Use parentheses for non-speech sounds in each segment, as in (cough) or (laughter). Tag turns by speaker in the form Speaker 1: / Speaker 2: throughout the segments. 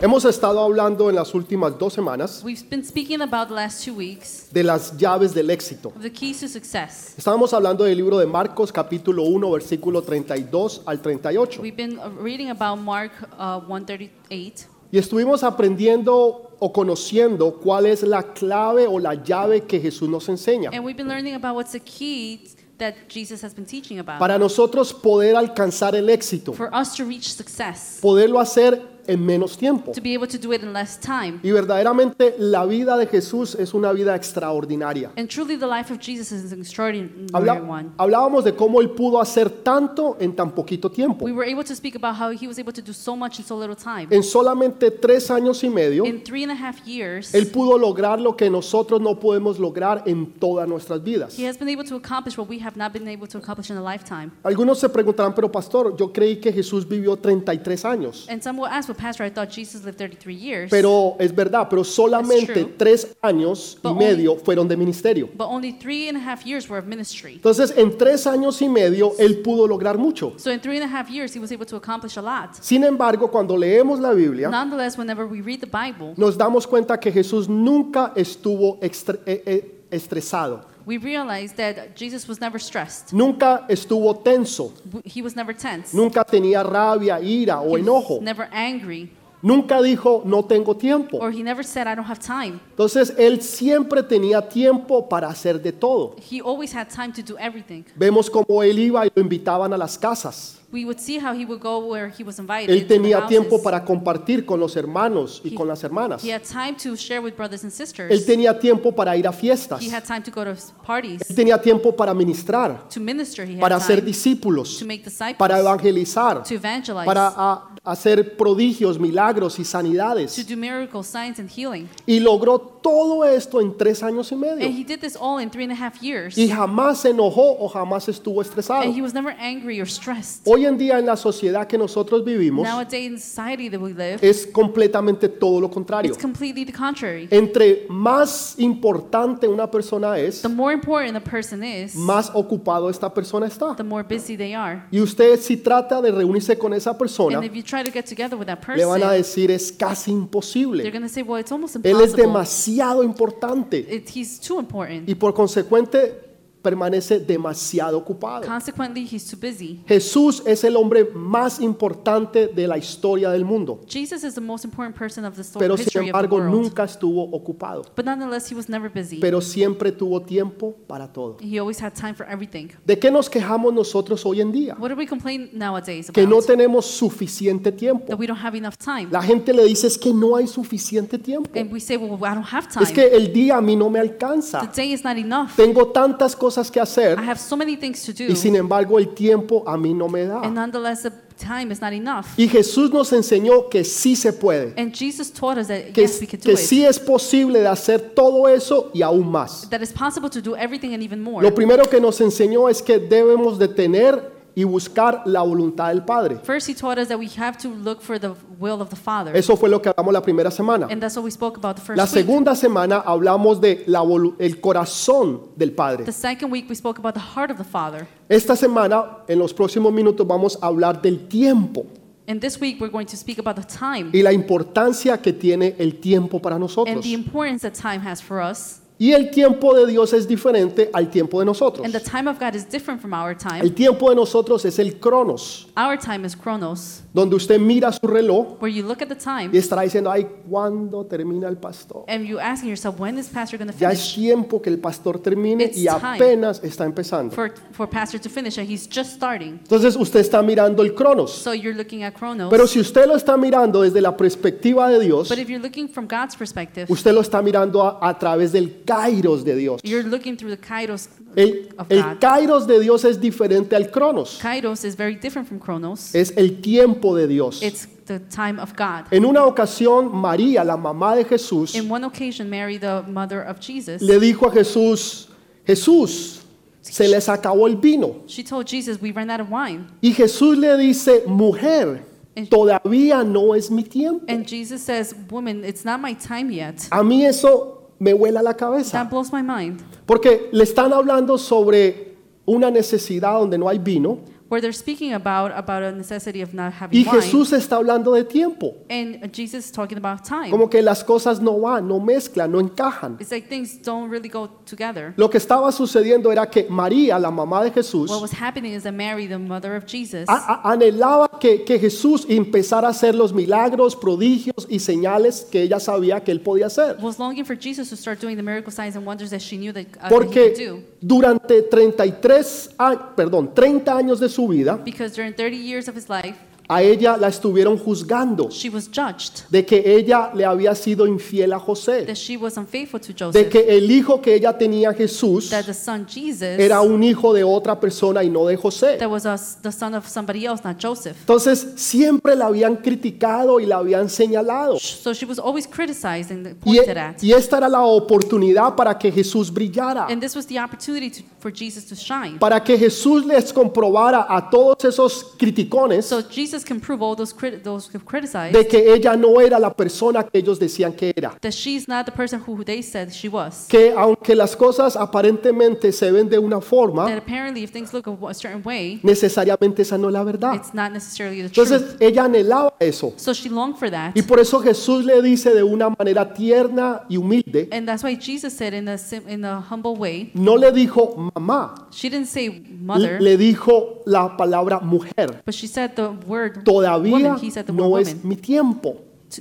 Speaker 1: Hemos estado hablando en las últimas dos semanas
Speaker 2: We've been speaking about the last two weeks
Speaker 1: de las llaves del éxito.
Speaker 2: of the keys to success.
Speaker 1: Estábamos hablando del libro de Marcos capítulo 1 versículo 32 al 38
Speaker 2: We've been uh, reading about Mark uh, 138,
Speaker 1: y estuvimos aprendiendo o conociendo cuál es la clave o la llave que Jesús nos enseña
Speaker 2: and we've been learning about what's the key that Jesus has been teaching about
Speaker 1: para nosotros poder alcanzar el éxito,
Speaker 2: for us to reach success,
Speaker 1: poderlo hacer en menos tiempo.
Speaker 2: to be able to do it in less time.
Speaker 1: Y verdaderamente la vida de Jesús es una vida extraordinaria.
Speaker 2: And truly, the life of Jesus is an extraordinary
Speaker 1: Habla-
Speaker 2: one.
Speaker 1: hablábamos de cómo él pudo hacer tanto en tan poquito tiempo.
Speaker 2: We were able to speak about how he was able to do so much in so little time.
Speaker 1: En solamente tres años y medio,
Speaker 2: In three and a half years,
Speaker 1: él pudo lograr lo que nosotros no podemos lograr en todas nuestras vidas.
Speaker 2: he has been able to accomplish what we have not been able to accomplish in a lifetime.
Speaker 1: Algunos se preguntarán, pero pastor, yo creí que Jesús vivió 33 años.
Speaker 2: And some will ask, well, Pastor, I thought Jesus lived 33 years,
Speaker 1: Pero es verdad, pero solamente
Speaker 2: That's true.
Speaker 1: tres años y
Speaker 2: But
Speaker 1: medio fueron de ministerio.
Speaker 2: but only three and a half years were of ministry.
Speaker 1: Entonces, en tres años y medio, él pudo lograr mucho.
Speaker 2: So in three and a half years, he was able to accomplish a lot.
Speaker 1: Sin embargo, cuando leemos la Biblia,
Speaker 2: Nonetheless, whenever we read the Bible,
Speaker 1: nos damos cuenta que Jesús nunca estuvo extre- eh, eh, estresado,
Speaker 2: we realize that Jesus was never stressed.
Speaker 1: nunca estuvo tenso,
Speaker 2: W- He was never tense.
Speaker 1: nunca tenía rabia, ira
Speaker 2: He
Speaker 1: o
Speaker 2: was
Speaker 1: enojo,
Speaker 2: never angry.
Speaker 1: nunca dijo no tengo tiempo.
Speaker 2: Or he never said, I don't have time.
Speaker 1: Entonces él siempre tenía tiempo para hacer de todo.
Speaker 2: He always had time to do everything.
Speaker 1: Vemos cómo él iba y lo invitaban a las casas.
Speaker 2: We would see how he would go where he was invited.
Speaker 1: Él
Speaker 2: to the
Speaker 1: tenía tiempo
Speaker 2: houses.
Speaker 1: para compartir con los hermanos y
Speaker 2: He-
Speaker 1: con las hermanas.
Speaker 2: He had time to share with brothers and
Speaker 1: Él
Speaker 2: sisters.
Speaker 1: tenía tiempo para ir a fiestas.
Speaker 2: He had
Speaker 1: Él
Speaker 2: time to go to parties,
Speaker 1: tenía tiempo para ministrar,
Speaker 2: to minister. He had
Speaker 1: para hacer
Speaker 2: time
Speaker 1: discípulos,
Speaker 2: to make
Speaker 1: para
Speaker 2: disciples,
Speaker 1: evangelizar,
Speaker 2: to evangelize,
Speaker 1: para a- hacer prodigios, milagros y
Speaker 2: to
Speaker 1: sanidades.
Speaker 2: do miracles, signs, and healing.
Speaker 1: Y logró todo esto en tres años y
Speaker 2: And
Speaker 1: medio.
Speaker 2: he did this all in three and a half years.
Speaker 1: Y jamás se enojó o jamás estuvo estresado.
Speaker 2: And he was never angry or stressed.
Speaker 1: Hoy en día en la sociedad que nosotros vivimos
Speaker 2: Nowadays, in society that we live,
Speaker 1: es completamente todo lo contrario.
Speaker 2: it's completely the contrary.
Speaker 1: Entre más importante una persona es,
Speaker 2: The more important a person is,
Speaker 1: más ocupado esta persona está.
Speaker 2: the more busy they are.
Speaker 1: Y usted si trata de reunirse con esa persona,
Speaker 2: And if you try to get together with that
Speaker 1: le van a
Speaker 2: person,
Speaker 1: decir es casi
Speaker 2: they're
Speaker 1: imposible.
Speaker 2: going to say, well, it's almost
Speaker 1: Él es
Speaker 2: impossible.
Speaker 1: demasiado importante.
Speaker 2: It, he's too important.
Speaker 1: y por consecuente permanece demasiado ocupado.
Speaker 2: Consequently, he's too busy.
Speaker 1: Jesús es el hombre más importante de la historia del mundo,
Speaker 2: Jesus is the most important person of the story,
Speaker 1: pero sin
Speaker 2: history of the
Speaker 1: embargo
Speaker 2: world.
Speaker 1: nunca estuvo ocupado,
Speaker 2: But nonetheless, he was never busy.
Speaker 1: pero siempre tuvo tiempo para todo.
Speaker 2: he always had time for everything.
Speaker 1: ¿De qué nos quejamos nosotros hoy en día?
Speaker 2: What do we complain nowadays about?
Speaker 1: Que no tenemos suficiente tiempo.
Speaker 2: that we don't have enough time.
Speaker 1: La gente le dice es que no hay suficiente tiempo.
Speaker 2: and we say, well, I don't have Em, time.
Speaker 1: Es que el día a mí no me
Speaker 2: the
Speaker 1: alcanza.
Speaker 2: day is not enough.
Speaker 1: Tengo tantas cosas que hacer
Speaker 2: I have so many things to do.
Speaker 1: y sin embargo el tiempo a mí no me
Speaker 2: and
Speaker 1: da.
Speaker 2: nonetheless, the time is not enough.
Speaker 1: Y Jesús nos enseñó que sí se puede.
Speaker 2: and Jesus taught us that,
Speaker 1: que,
Speaker 2: yes, we can do
Speaker 1: que
Speaker 2: it.
Speaker 1: sí es posible de hacer todo eso y aún más.
Speaker 2: that it's possible to do everything and even more.
Speaker 1: Lo primero que nos enseñó es que debemos de tener y buscar la voluntad del Padre.
Speaker 2: First, he taught us that we have to look for the will of the Father.
Speaker 1: Eso fue lo que hablamos la primera semana.
Speaker 2: and that's what we spoke about the first
Speaker 1: La
Speaker 2: week.
Speaker 1: segunda semana hablamos de la volu- el corazón del Padre.
Speaker 2: The second week, we spoke about the heart of the Father.
Speaker 1: Esta semana, en los próximos minutos, vamos a hablar del tiempo
Speaker 2: And this week, we're going to speak about the time
Speaker 1: y la importancia que tiene el tiempo para
Speaker 2: and
Speaker 1: nosotros.
Speaker 2: the importance that time has for us.
Speaker 1: Y el tiempo de Dios es diferente al tiempo de nosotros.
Speaker 2: And the time of God is different from our
Speaker 1: El
Speaker 2: time.
Speaker 1: tiempo de nosotros es el cronos,
Speaker 2: Our time is chronos,
Speaker 1: donde usted mira su reloj
Speaker 2: where you look at the
Speaker 1: y
Speaker 2: time
Speaker 1: estará diciendo, ay, ¿cuándo termina el pastor?
Speaker 2: and you asking yourself, when is Pastor going to
Speaker 1: Ya es
Speaker 2: finish?
Speaker 1: tiempo que el pastor termine
Speaker 2: It's
Speaker 1: y
Speaker 2: time.
Speaker 1: apenas está empezando.
Speaker 2: For, for Pastor to finish, and he's just starting.
Speaker 1: Entonces usted está mirando el cronos,
Speaker 2: So you're looking at chronos.
Speaker 1: pero si usted lo está mirando desde la perspectiva de Dios,
Speaker 2: But if you're looking from God's perspective,
Speaker 1: usted lo está mirando a, a través del kairos de Dios.
Speaker 2: you're looking through the kairos.
Speaker 1: El,
Speaker 2: Of
Speaker 1: el
Speaker 2: God.
Speaker 1: kairos de Dios es diferente al cronos,
Speaker 2: Kairos is very different from chronos.
Speaker 1: es el tiempo de Dios.
Speaker 2: It's the time of God.
Speaker 1: En una ocasión, María, la mamá de Jesús,
Speaker 2: In one occasion, Mary, the mother of Jesus,
Speaker 1: le dijo a Jesús, Jesús, se les acabó el vino.
Speaker 2: she told Jesus, we ran out of wine.
Speaker 1: Y Jesús le dice, mujer, todavía no es mi tiempo.
Speaker 2: And Jesus says, Woman, it's not my time yet.
Speaker 1: A mí eso me vuela la cabeza.
Speaker 2: That blows my mind.
Speaker 1: Porque le están hablando sobre una necesidad donde no hay vino
Speaker 2: where they're speaking about about a necessity of not having
Speaker 1: Y
Speaker 2: wine.
Speaker 1: Jesús está hablando de tiempo.
Speaker 2: and Jesus is talking about time.
Speaker 1: Como que las cosas no van, no mezclan, no encajan.
Speaker 2: it's like things don't really go together.
Speaker 1: Lo que estaba sucediendo era que María, la mamá de Jesús,
Speaker 2: What was happening is that Mary, the mother of Jesus,
Speaker 1: a- a- anhelaba que, que Jesús empezara a hacer los milagros, prodigios y señales que ella sabía que él podía hacer.
Speaker 2: was longing for Jesus to start doing the miracle signs and wonders that she knew that, uh, that he could do.
Speaker 1: Porque durante 33 a- perdón, 30 años de su vida,
Speaker 2: Because during 30 years of his life,
Speaker 1: a ella la estuvieron juzgando
Speaker 2: she was judged
Speaker 1: de que ella le había sido infiel a José,
Speaker 2: that she was unfaithful to
Speaker 1: de
Speaker 2: Joseph,
Speaker 1: que el hijo que ella tenía Jesús
Speaker 2: that the son Jesus
Speaker 1: era un hijo de otra persona y no de José.
Speaker 2: that was us the son of somebody else, not Joseph.
Speaker 1: Entonces siempre la habían criticado y la habían señalado.
Speaker 2: So she was always criticized and
Speaker 1: Y, e,
Speaker 2: pointed at.
Speaker 1: y esta era la oportunidad para que Jesús brillara,
Speaker 2: And this was the opportunity to, for Jesus to shine.
Speaker 1: para que Jesús les comprobara a todos esos criticones
Speaker 2: So Jesus can prove all those, crit- those who criticize
Speaker 1: de que ella no era la persona que ellos decían que era.
Speaker 2: that she's not the person who they said she was.
Speaker 1: Que aunque las cosas aparentemente se ven de una
Speaker 2: That
Speaker 1: forma,
Speaker 2: apparently, if things look a a certain way,
Speaker 1: necesariamente esa no es la verdad.
Speaker 2: it's not necessarily the truth.
Speaker 1: Entonces ella anhelaba eso.
Speaker 2: So she longed for that.
Speaker 1: Y por eso Jesús le dice de una manera tierna y humilde,
Speaker 2: And that's why Jesus said in a, sim- in a humble way,
Speaker 1: no le dijo mamá,
Speaker 2: she didn't say mother,
Speaker 1: le dijo la palabra mujer.
Speaker 2: but she said the word
Speaker 1: todavía
Speaker 2: woman. He said the
Speaker 1: no
Speaker 2: word
Speaker 1: es
Speaker 2: woman.
Speaker 1: mi tiempo.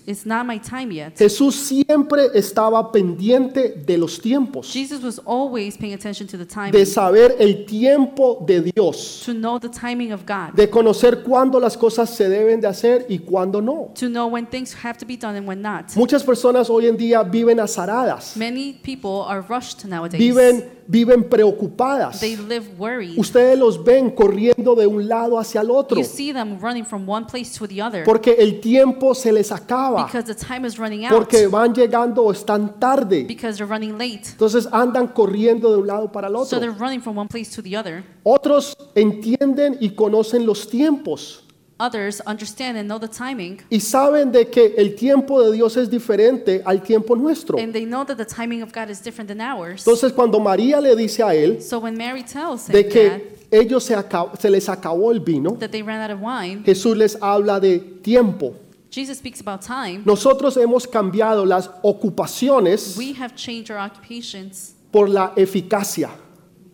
Speaker 2: It's not my time yet.
Speaker 1: Jesús siempre estaba pendiente de los tiempos,
Speaker 2: Jesus was always paying attention to the timing,
Speaker 1: de saber el tiempo de Dios,
Speaker 2: to know the timing of God,
Speaker 1: de conocer cuándo las cosas se deben de hacer y cuándo no.
Speaker 2: to know when things have to be done and when not.
Speaker 1: Muchas personas hoy en día viven azaradas,
Speaker 2: Many people are rushed nowadays.
Speaker 1: viven, viven preocupadas.
Speaker 2: they live worried.
Speaker 1: Ustedes los ven corriendo de un lado hacia el otro
Speaker 2: You see them running from one place to the other
Speaker 1: porque el tiempo se les acaba,
Speaker 2: because the time is running out,
Speaker 1: porque van llegando o están tarde.
Speaker 2: because they're running late.
Speaker 1: Entonces andan corriendo de un lado para el
Speaker 2: So
Speaker 1: otro.
Speaker 2: they're running from one place to the other.
Speaker 1: Otros entienden y conocen los tiempos
Speaker 2: Others understand and know the timing,
Speaker 1: y saben de que el tiempo de Dios es diferente al tiempo nuestro.
Speaker 2: and they know that the timing of God is different than ours.
Speaker 1: Entonces cuando María le dice a él
Speaker 2: So when Mary tells him
Speaker 1: de
Speaker 2: that,
Speaker 1: que ellos se, acab- se les acabó el vino,
Speaker 2: that they ran out of wine,
Speaker 1: Jesús les habla de tiempo.
Speaker 2: Jesus speaks about time.
Speaker 1: Nosotros hemos cambiado las ocupaciones
Speaker 2: We have changed our occupations
Speaker 1: por la eficacia.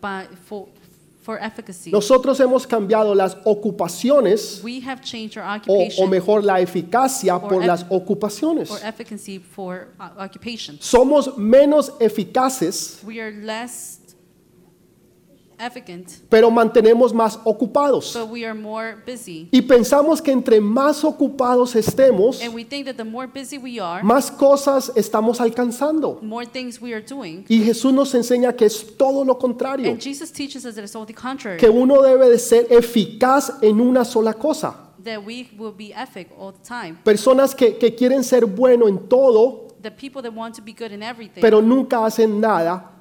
Speaker 2: by, for, for efficacy.
Speaker 1: Nosotros hemos cambiado las ocupaciones
Speaker 2: We have changed our
Speaker 1: o, o
Speaker 2: occupation
Speaker 1: mejor la eficacia por las ocupaciones.
Speaker 2: or efficacy for o- occupation.
Speaker 1: Somos menos eficaces
Speaker 2: We are less efficient,
Speaker 1: pero mantenemos más ocupados.
Speaker 2: but we are more busy.
Speaker 1: Y pensamos que entre más ocupados estemos,
Speaker 2: And we think that the more busy we are,
Speaker 1: más cosas estamos alcanzando.
Speaker 2: more things we are doing.
Speaker 1: Y Jesús nos enseña que es todo lo contrario,
Speaker 2: And Jesus teaches us that it's all the contrary,
Speaker 1: que uno debe de ser eficaz en una sola cosa.
Speaker 2: that we will be ethic all the time.
Speaker 1: Personas que, que quieren ser bueno en todo,
Speaker 2: The people that want to be good in everything,
Speaker 1: pero nunca hacen nada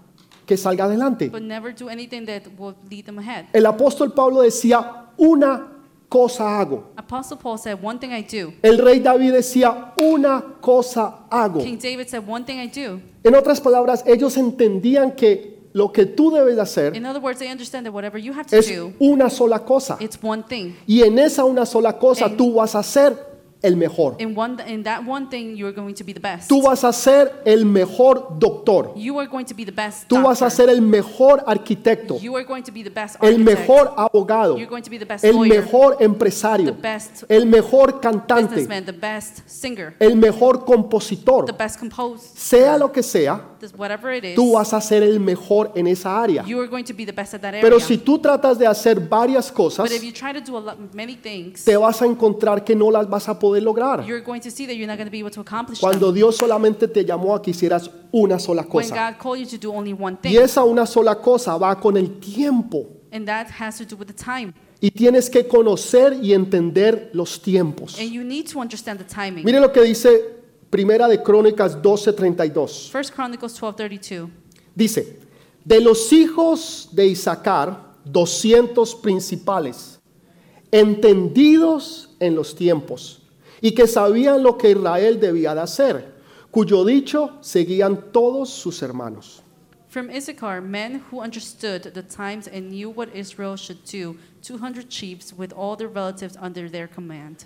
Speaker 1: que salga adelante.
Speaker 2: but never do anything that will lead them ahead.
Speaker 1: El apóstol Pablo decía, una cosa hago.
Speaker 2: Apostle Paul said, One thing I do.
Speaker 1: El rey David decía, una cosa hago.
Speaker 2: King David said, One thing I do.
Speaker 1: En otras palabras, ellos entendían que lo que tú debes de hacer
Speaker 2: In other words, they understand that whatever you have to
Speaker 1: es
Speaker 2: do,
Speaker 1: una sola cosa.
Speaker 2: it's one thing.
Speaker 1: Y en esa una sola cosa
Speaker 2: En-
Speaker 1: tú vas a ser el mejor.
Speaker 2: In, one, in that one thing, you're going to be the best.
Speaker 1: Tú vas a ser el mejor doctor.
Speaker 2: You are going to be the best
Speaker 1: Tú vas a
Speaker 2: doctor.
Speaker 1: ser el mejor arquitecto,
Speaker 2: You are going to be the best
Speaker 1: el
Speaker 2: architect.
Speaker 1: mejor abogado,
Speaker 2: You're going to be the best
Speaker 1: el
Speaker 2: lawyer,
Speaker 1: mejor
Speaker 2: the
Speaker 1: empresario,
Speaker 2: best
Speaker 1: el mejor cantante,
Speaker 2: businessman, the best singer,
Speaker 1: el mejor
Speaker 2: the
Speaker 1: compositor.
Speaker 2: best composer.
Speaker 1: Sea lo que sea,
Speaker 2: This- Whatever it is,
Speaker 1: tú vas a ser el mejor en esa área.
Speaker 2: you are going to be the best at that area.
Speaker 1: Pero si tú tratas de hacer varias cosas,
Speaker 2: but if you try to do a lot, many things,
Speaker 1: te vas a encontrar que no las vas a poder lograr.
Speaker 2: you're going to see that you're not going to be able to accomplish
Speaker 1: Cuando
Speaker 2: them.
Speaker 1: Dios solamente te llamó a que hicieras una sola
Speaker 2: When
Speaker 1: cosa.
Speaker 2: God called you to do only one thing,
Speaker 1: Y esa una sola cosa va con el tiempo.
Speaker 2: and that has to do with the time.
Speaker 1: Y tienes que conocer y entender los tiempos.
Speaker 2: And you need to understand the timing.
Speaker 1: Mire lo que dice Primera de Crónicas 12:32.
Speaker 2: First Chronicles 12:32.
Speaker 1: Dice, de los hijos de Isaacar, 200 principales, entendidos en los tiempos, y que sabían lo que Israel debía de hacer, cuyo dicho seguían todos sus hermanos.
Speaker 2: From Issachar, men who understood the times and knew what Israel should do, 200 sheep with all their relatives under their command.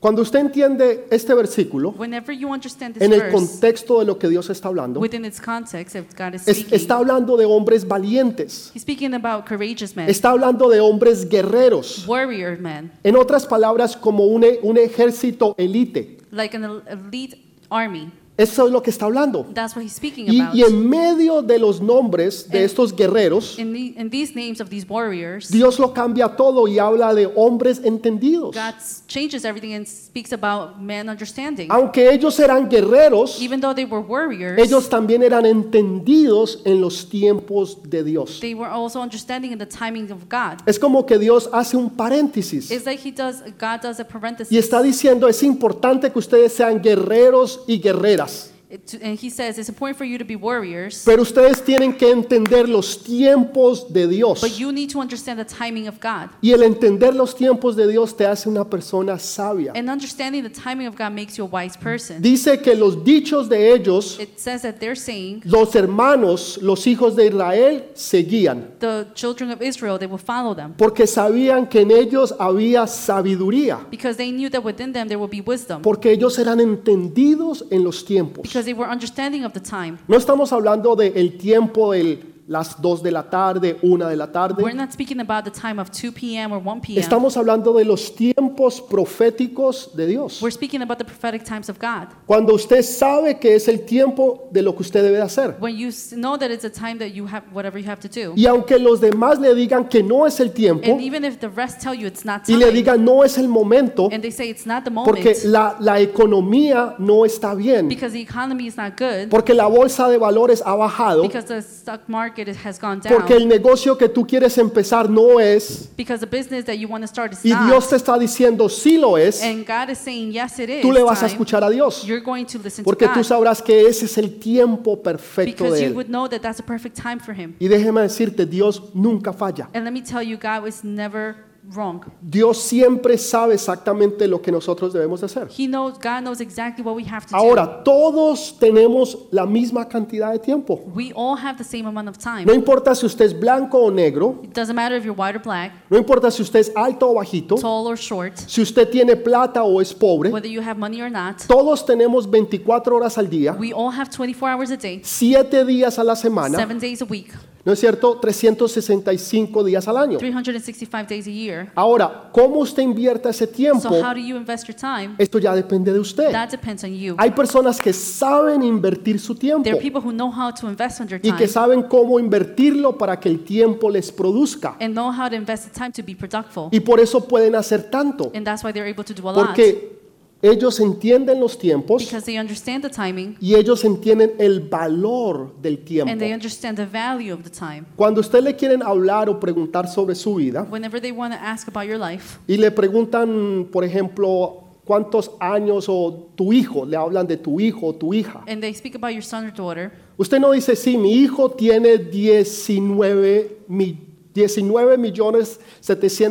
Speaker 1: Cuando usted entiende este versículo,
Speaker 2: Whenever you understand this
Speaker 1: en el
Speaker 2: verse,
Speaker 1: contexto de lo que Dios está hablando,
Speaker 2: within its context, if God is
Speaker 1: es- está
Speaker 2: speaking,
Speaker 1: hablando de hombres valientes,
Speaker 2: he's speaking about courageous men,
Speaker 1: está hablando de hombres guerreros,
Speaker 2: warrior men,
Speaker 1: en otras palabras, como un, e- un ejército elite.
Speaker 2: like an el- elite army.
Speaker 1: Eso es lo que está hablando.
Speaker 2: That's what he's speaking
Speaker 1: Y,
Speaker 2: about.
Speaker 1: y en medio de los nombres de
Speaker 2: En-
Speaker 1: estos guerreros,
Speaker 2: in, the, in these names of these warriors,
Speaker 1: Dios lo cambia todo y habla de hombres entendidos.
Speaker 2: God s- changes everything and speaks about men understanding.
Speaker 1: Aunque ellos eran guerreros,
Speaker 2: Even though they were warriors,
Speaker 1: ellos también eran entendidos en los tiempos de Dios.
Speaker 2: they were also understanding in the timing of God.
Speaker 1: Es como que Dios hace un paréntesis
Speaker 2: It's like he does, God does a
Speaker 1: y
Speaker 2: parenthesis,
Speaker 1: está diciendo, es importante que ustedes sean guerreros y guerreras,
Speaker 2: It- to- and he says it's important for you to be warriors,
Speaker 1: pero ustedes tienen que entender los tiempos de
Speaker 2: but
Speaker 1: Dios.
Speaker 2: you need to understand the timing of God.
Speaker 1: Y el entender los tiempos de Dios te hace una persona sabia.
Speaker 2: And understanding the timing of God makes you a wise person.
Speaker 1: Dice que los dichos de ellos,
Speaker 2: It says that they're saying
Speaker 1: los hermanos, los hijos de Israel, seguían,
Speaker 2: the children of Israel they will follow them
Speaker 1: porque sabían que en ellos había sabiduría,
Speaker 2: because they knew that within them there will be wisdom
Speaker 1: porque ellos eran entendidos en los tiempos.
Speaker 2: because they were understanding of the time.
Speaker 1: No estamos hablando del tiempo de las 2 de la tarde, 1 de la
Speaker 2: We're
Speaker 1: tarde.
Speaker 2: not speaking about the time of 2 p.m. or 1 p.m.
Speaker 1: Estamos hablando de los tiempos proféticos de Dios.
Speaker 2: We're speaking about the prophetic times of God.
Speaker 1: Cuando usted sabe que es el tiempo de lo que usted debe de hacer.
Speaker 2: When you s- know that it's a time that you have whatever you have to do,
Speaker 1: Y aunque los demás le digan que no es el tiempo
Speaker 2: and even if the rest tell you it's not
Speaker 1: y
Speaker 2: time,
Speaker 1: le digan no es el momento,
Speaker 2: and they say it's not the
Speaker 1: porque
Speaker 2: moment
Speaker 1: la, la economía no está bien,
Speaker 2: because the economy is not good,
Speaker 1: porque la bolsa de valores ha bajado,
Speaker 2: because the stock market is- has gone down,
Speaker 1: porque el negocio que tú quieres empezar no es,
Speaker 2: because the business that you want to start is
Speaker 1: y
Speaker 2: not,
Speaker 1: Dios te está diciendo sí lo es,
Speaker 2: and God is saying yes, it is.
Speaker 1: tú le vas a
Speaker 2: time.
Speaker 1: escuchar a Dios.
Speaker 2: You're going to listen
Speaker 1: Porque
Speaker 2: to
Speaker 1: tú
Speaker 2: God
Speaker 1: sabrás que ese es el tiempo perfecto
Speaker 2: because
Speaker 1: de
Speaker 2: you
Speaker 1: Él.
Speaker 2: would know that that's a perfect time for Him.
Speaker 1: Y déjeme decirte, Dios nunca falla.
Speaker 2: And let me tell you, God is never wrong.
Speaker 1: Dios siempre sabe exactamente lo que nosotros debemos de hacer.
Speaker 2: He knows. God knows exactly what we have to do.
Speaker 1: Ahora, todos tenemos la misma cantidad de tiempo.
Speaker 2: We all have the same amount of time.
Speaker 1: No importa si usted es blanco o negro,
Speaker 2: It doesn't matter if you're white or black,
Speaker 1: no importa si usted es alto o bajito,
Speaker 2: tall or short,
Speaker 1: si usted tiene plata o es pobre,
Speaker 2: whether you have money or not.
Speaker 1: todos tenemos 24 horas al día,
Speaker 2: We all have 24 hours a day,
Speaker 1: 7 días a la semana,
Speaker 2: seven days a week,
Speaker 1: ¿no es cierto? 365 días al año.
Speaker 2: 365 days a year.
Speaker 1: Ahora, ¿cómo usted invierta ese tiempo?
Speaker 2: So how do you invest your time?
Speaker 1: Esto ya depende de usted.
Speaker 2: That depends on you.
Speaker 1: Hay personas que saben invertir su tiempo
Speaker 2: There are people who know how to invest on their
Speaker 1: y que
Speaker 2: time
Speaker 1: saben cómo invertirlo para que el tiempo les produzca.
Speaker 2: and know how to invest the time to be productive.
Speaker 1: Y por eso pueden hacer tanto,
Speaker 2: And that's why they're able to do a lot
Speaker 1: porque ellos entienden los tiempos
Speaker 2: because they understand the timing
Speaker 1: y ellos entienden el valor del
Speaker 2: and they
Speaker 1: tiempo.
Speaker 2: understand the value of the time.
Speaker 1: Cuando a usted le quieren hablar o preguntar sobre su vida
Speaker 2: Whenever they want to ask about your life
Speaker 1: y le preguntan, por ejemplo, cuántos años o tu hijo, le hablan de tu hijo o tu hija.
Speaker 2: and they speak about your son or daughter,
Speaker 1: Usted no dice, sí, mi hijo tiene 19, mi- 19 millones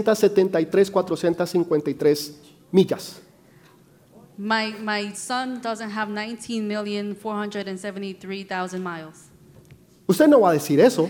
Speaker 1: 773 453 millas.
Speaker 2: My, my son doesn't have 19,473,000 miles.
Speaker 1: Usted no va a decir eso.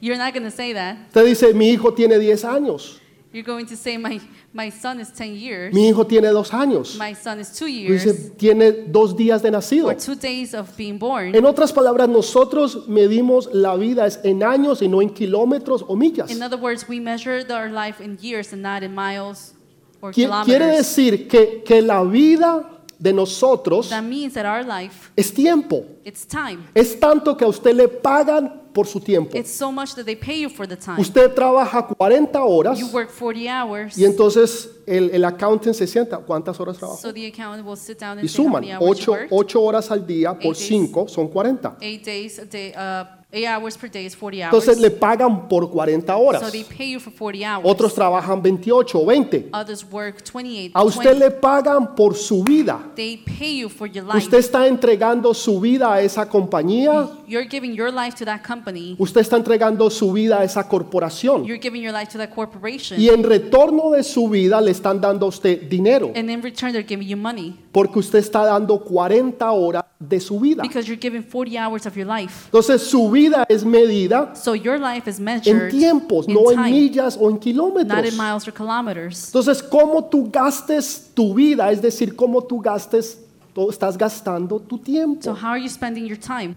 Speaker 2: You're not going to say that.
Speaker 1: Usted dice, mi hijo tiene 10 años,
Speaker 2: You're going to say, my, my son is 10 years.
Speaker 1: mi hijo tiene 2 años.
Speaker 2: My son is two
Speaker 1: Dice,
Speaker 2: years
Speaker 1: tiene 2 días de nacido.
Speaker 2: or two days of being born.
Speaker 1: En otras palabras, nosotros medimos la vida es en años y no en kilómetros o millas.
Speaker 2: In other words, we measure the- our life in years and not in miles or
Speaker 1: Qui- Quiere
Speaker 2: kilometers.
Speaker 1: decir que, que la vida de nosotros
Speaker 2: That means that our life,
Speaker 1: es tiempo.
Speaker 2: it's time.
Speaker 1: Es tanto que a usted le pagan por su tiempo.
Speaker 2: It's so much that they pay you for the time.
Speaker 1: Usted trabaja 40 horas
Speaker 2: You work 40 hours,
Speaker 1: y entonces el, el accountant se sienta. ¿Cuántas horas trabaja?
Speaker 2: so the accountant will sit down
Speaker 1: Y
Speaker 2: and say how
Speaker 1: suman
Speaker 2: many hours you
Speaker 1: 8,
Speaker 2: worked.
Speaker 1: horas al día por
Speaker 2: Eight days.
Speaker 1: 5 son 40.
Speaker 2: Eight days a day, uh, eight hours per day is 40 hours.
Speaker 1: Entonces le pagan por 40
Speaker 2: So
Speaker 1: horas.
Speaker 2: they pay you for 40 hours.
Speaker 1: Otros trabajan 28 o 20.
Speaker 2: Others work 28.
Speaker 1: A usted
Speaker 2: 20.
Speaker 1: le pagan por su vida.
Speaker 2: They pay you for your life.
Speaker 1: Usted está entregando su vida a esa compañía.
Speaker 2: You're giving your life to that company.
Speaker 1: Usted está entregando su vida a esa corporación.
Speaker 2: You're giving your life to that corporation.
Speaker 1: Y en retorno de su vida le están dando a usted dinero.
Speaker 2: And in return, they're giving you money
Speaker 1: Porque usted está dando 40 horas de su vida.
Speaker 2: because you're giving 40 hours of your life.
Speaker 1: Entonces su vida es medida
Speaker 2: So your life is
Speaker 1: en
Speaker 2: measured
Speaker 1: tiempos,
Speaker 2: in
Speaker 1: no en
Speaker 2: time,
Speaker 1: millas o en
Speaker 2: not
Speaker 1: kilómetros.
Speaker 2: in miles or kilometers.
Speaker 1: Entonces, cómo tú gastes tu vida, es decir, cómo tú gastes, tú estás gastando tu
Speaker 2: So
Speaker 1: tiempo.
Speaker 2: how are you spending your time?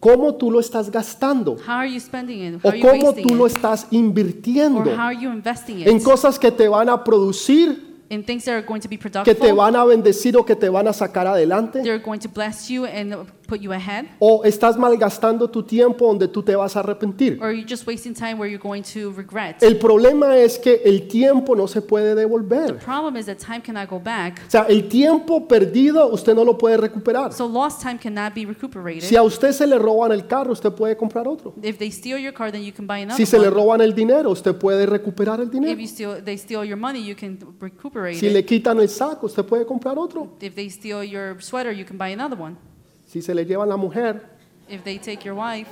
Speaker 1: Cómo tú lo estás gastando
Speaker 2: How are you spending it? How
Speaker 1: o
Speaker 2: are you
Speaker 1: cómo
Speaker 2: wasting
Speaker 1: tú lo
Speaker 2: it?
Speaker 1: estás
Speaker 2: Or
Speaker 1: invirtiendo
Speaker 2: how are you investing it?
Speaker 1: en cosas que te van a producir,
Speaker 2: in things that are going to be
Speaker 1: que
Speaker 2: productive,
Speaker 1: te van a bendecir o que te van a sacar adelante.
Speaker 2: they're going to bless you and put you ahead,
Speaker 1: O estás malgastando tu tiempo donde tú te vas a arrepentir.
Speaker 2: or you're just wasting time where you're going to regret.
Speaker 1: El problema es que el tiempo no se puede
Speaker 2: the
Speaker 1: devolver.
Speaker 2: problem is that time cannot go back,
Speaker 1: O sea, el tiempo perdido usted no lo puede recuperar.
Speaker 2: so lost time cannot be recuperated.
Speaker 1: Si a usted se le roban el carro, usted puede comprar otro.
Speaker 2: if they steal your car, then you can buy another
Speaker 1: Si se le
Speaker 2: one.
Speaker 1: roban el dinero, usted puede recuperar el
Speaker 2: If
Speaker 1: dinero.
Speaker 2: you steal, they steal your money, you can recuperate
Speaker 1: Si
Speaker 2: it.
Speaker 1: le quitan el saco, usted puede comprar otro.
Speaker 2: If they steal your sweater, you can buy another one.
Speaker 1: Si se le llevan la mujer,
Speaker 2: If they take your wife,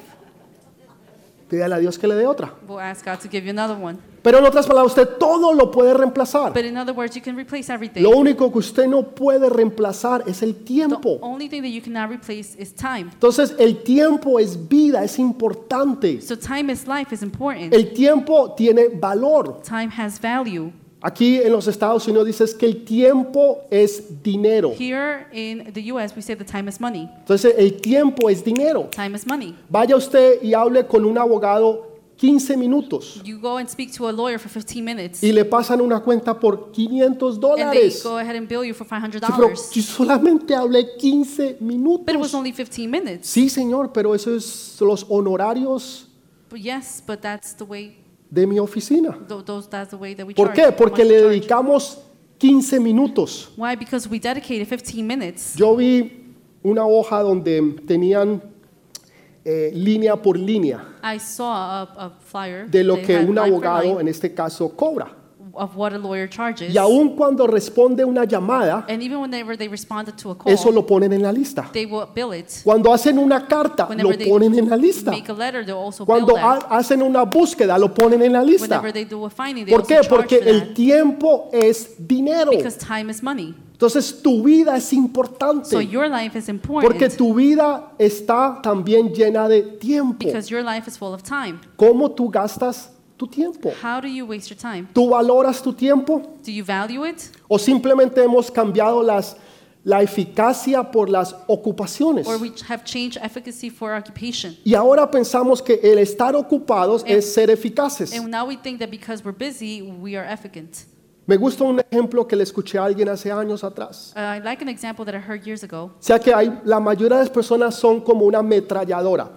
Speaker 1: pídale a Dios que le dé otra.
Speaker 2: we'll ask God to give you another one.
Speaker 1: Pero en otras palabras, usted todo lo puede reemplazar.
Speaker 2: But in other words, you can replace everything.
Speaker 1: Lo único que usted no puede reemplazar es el
Speaker 2: The
Speaker 1: tiempo.
Speaker 2: only thing that you cannot replace is time.
Speaker 1: Entonces, el tiempo es vida, es importante.
Speaker 2: So time is life is important.
Speaker 1: El tiempo tiene valor.
Speaker 2: Time has value.
Speaker 1: Aquí en los Estados Unidos dices que el tiempo es dinero.
Speaker 2: Here in the US, we say the time is money.
Speaker 1: Entonces, el tiempo es dinero.
Speaker 2: Time is money.
Speaker 1: Vaya usted y hable con un abogado 15 minutos
Speaker 2: You go and speak to a lawyer for 15 minutes,
Speaker 1: y le pasan una cuenta por 500
Speaker 2: and they
Speaker 1: dólares.
Speaker 2: go ahead and bill you for
Speaker 1: Sí, pero
Speaker 2: $500.
Speaker 1: yo solamente hablé 15
Speaker 2: But it was
Speaker 1: minutos.
Speaker 2: only 15 minutes.
Speaker 1: Sí, señor, pero eso es los honorarios
Speaker 2: But yes, but that's the way.
Speaker 1: de mi oficina.
Speaker 2: tho- Those, that's the way that we
Speaker 1: ¿Por qué?
Speaker 2: charge, how much
Speaker 1: Porque
Speaker 2: we
Speaker 1: le
Speaker 2: charge.
Speaker 1: dedicamos 15 minutos.
Speaker 2: Why? Because we dedicated 15 minutes.
Speaker 1: Yo vi una hoja donde tenían eh, línea por línea
Speaker 2: I saw a, a flyer
Speaker 1: de lo
Speaker 2: they
Speaker 1: que
Speaker 2: had
Speaker 1: un
Speaker 2: line for
Speaker 1: abogado,
Speaker 2: line
Speaker 1: en este caso, cobra.
Speaker 2: of what a lawyer charges.
Speaker 1: Y aun cuando responde una llamada,
Speaker 2: and even whenever they responded to a call,
Speaker 1: eso lo ponen en la lista.
Speaker 2: they will bill it.
Speaker 1: Cuando hacen una carta, lo
Speaker 2: Whenever they
Speaker 1: ponen en la lista.
Speaker 2: Make a letter, they'll also
Speaker 1: Cuando
Speaker 2: bill that.
Speaker 1: ha- hacen una búsqueda, lo ponen en la lista.
Speaker 2: Whenever they do a finding, they
Speaker 1: ¿Por
Speaker 2: also
Speaker 1: qué?
Speaker 2: charge
Speaker 1: Porque
Speaker 2: for that.
Speaker 1: el tiempo es dinero.
Speaker 2: Because time is money.
Speaker 1: Entonces tu vida es
Speaker 2: So
Speaker 1: importante.
Speaker 2: your life is important.
Speaker 1: Porque tu vida está también llena de tiempo.
Speaker 2: because your life is full of time.
Speaker 1: ¿Cómo tú gastas tu tiempo?
Speaker 2: How do you waste your time?
Speaker 1: ¿Tú valoras tu tiempo?
Speaker 2: Do you value it?
Speaker 1: ¿O simplemente hemos cambiado las, la eficacia por las ocupaciones?
Speaker 2: Or we have changed efficacy for occupation.
Speaker 1: Y ahora pensamos que el estar ocupados es ser eficaces.
Speaker 2: And now we think that because we're busy, we are efficient.
Speaker 1: Me gusta un ejemplo que le escuché a alguien hace años atrás.
Speaker 2: Uh, I like an example that I heard years ago.
Speaker 1: O sea que hay, la mayoría de las personas son como una ametralladora.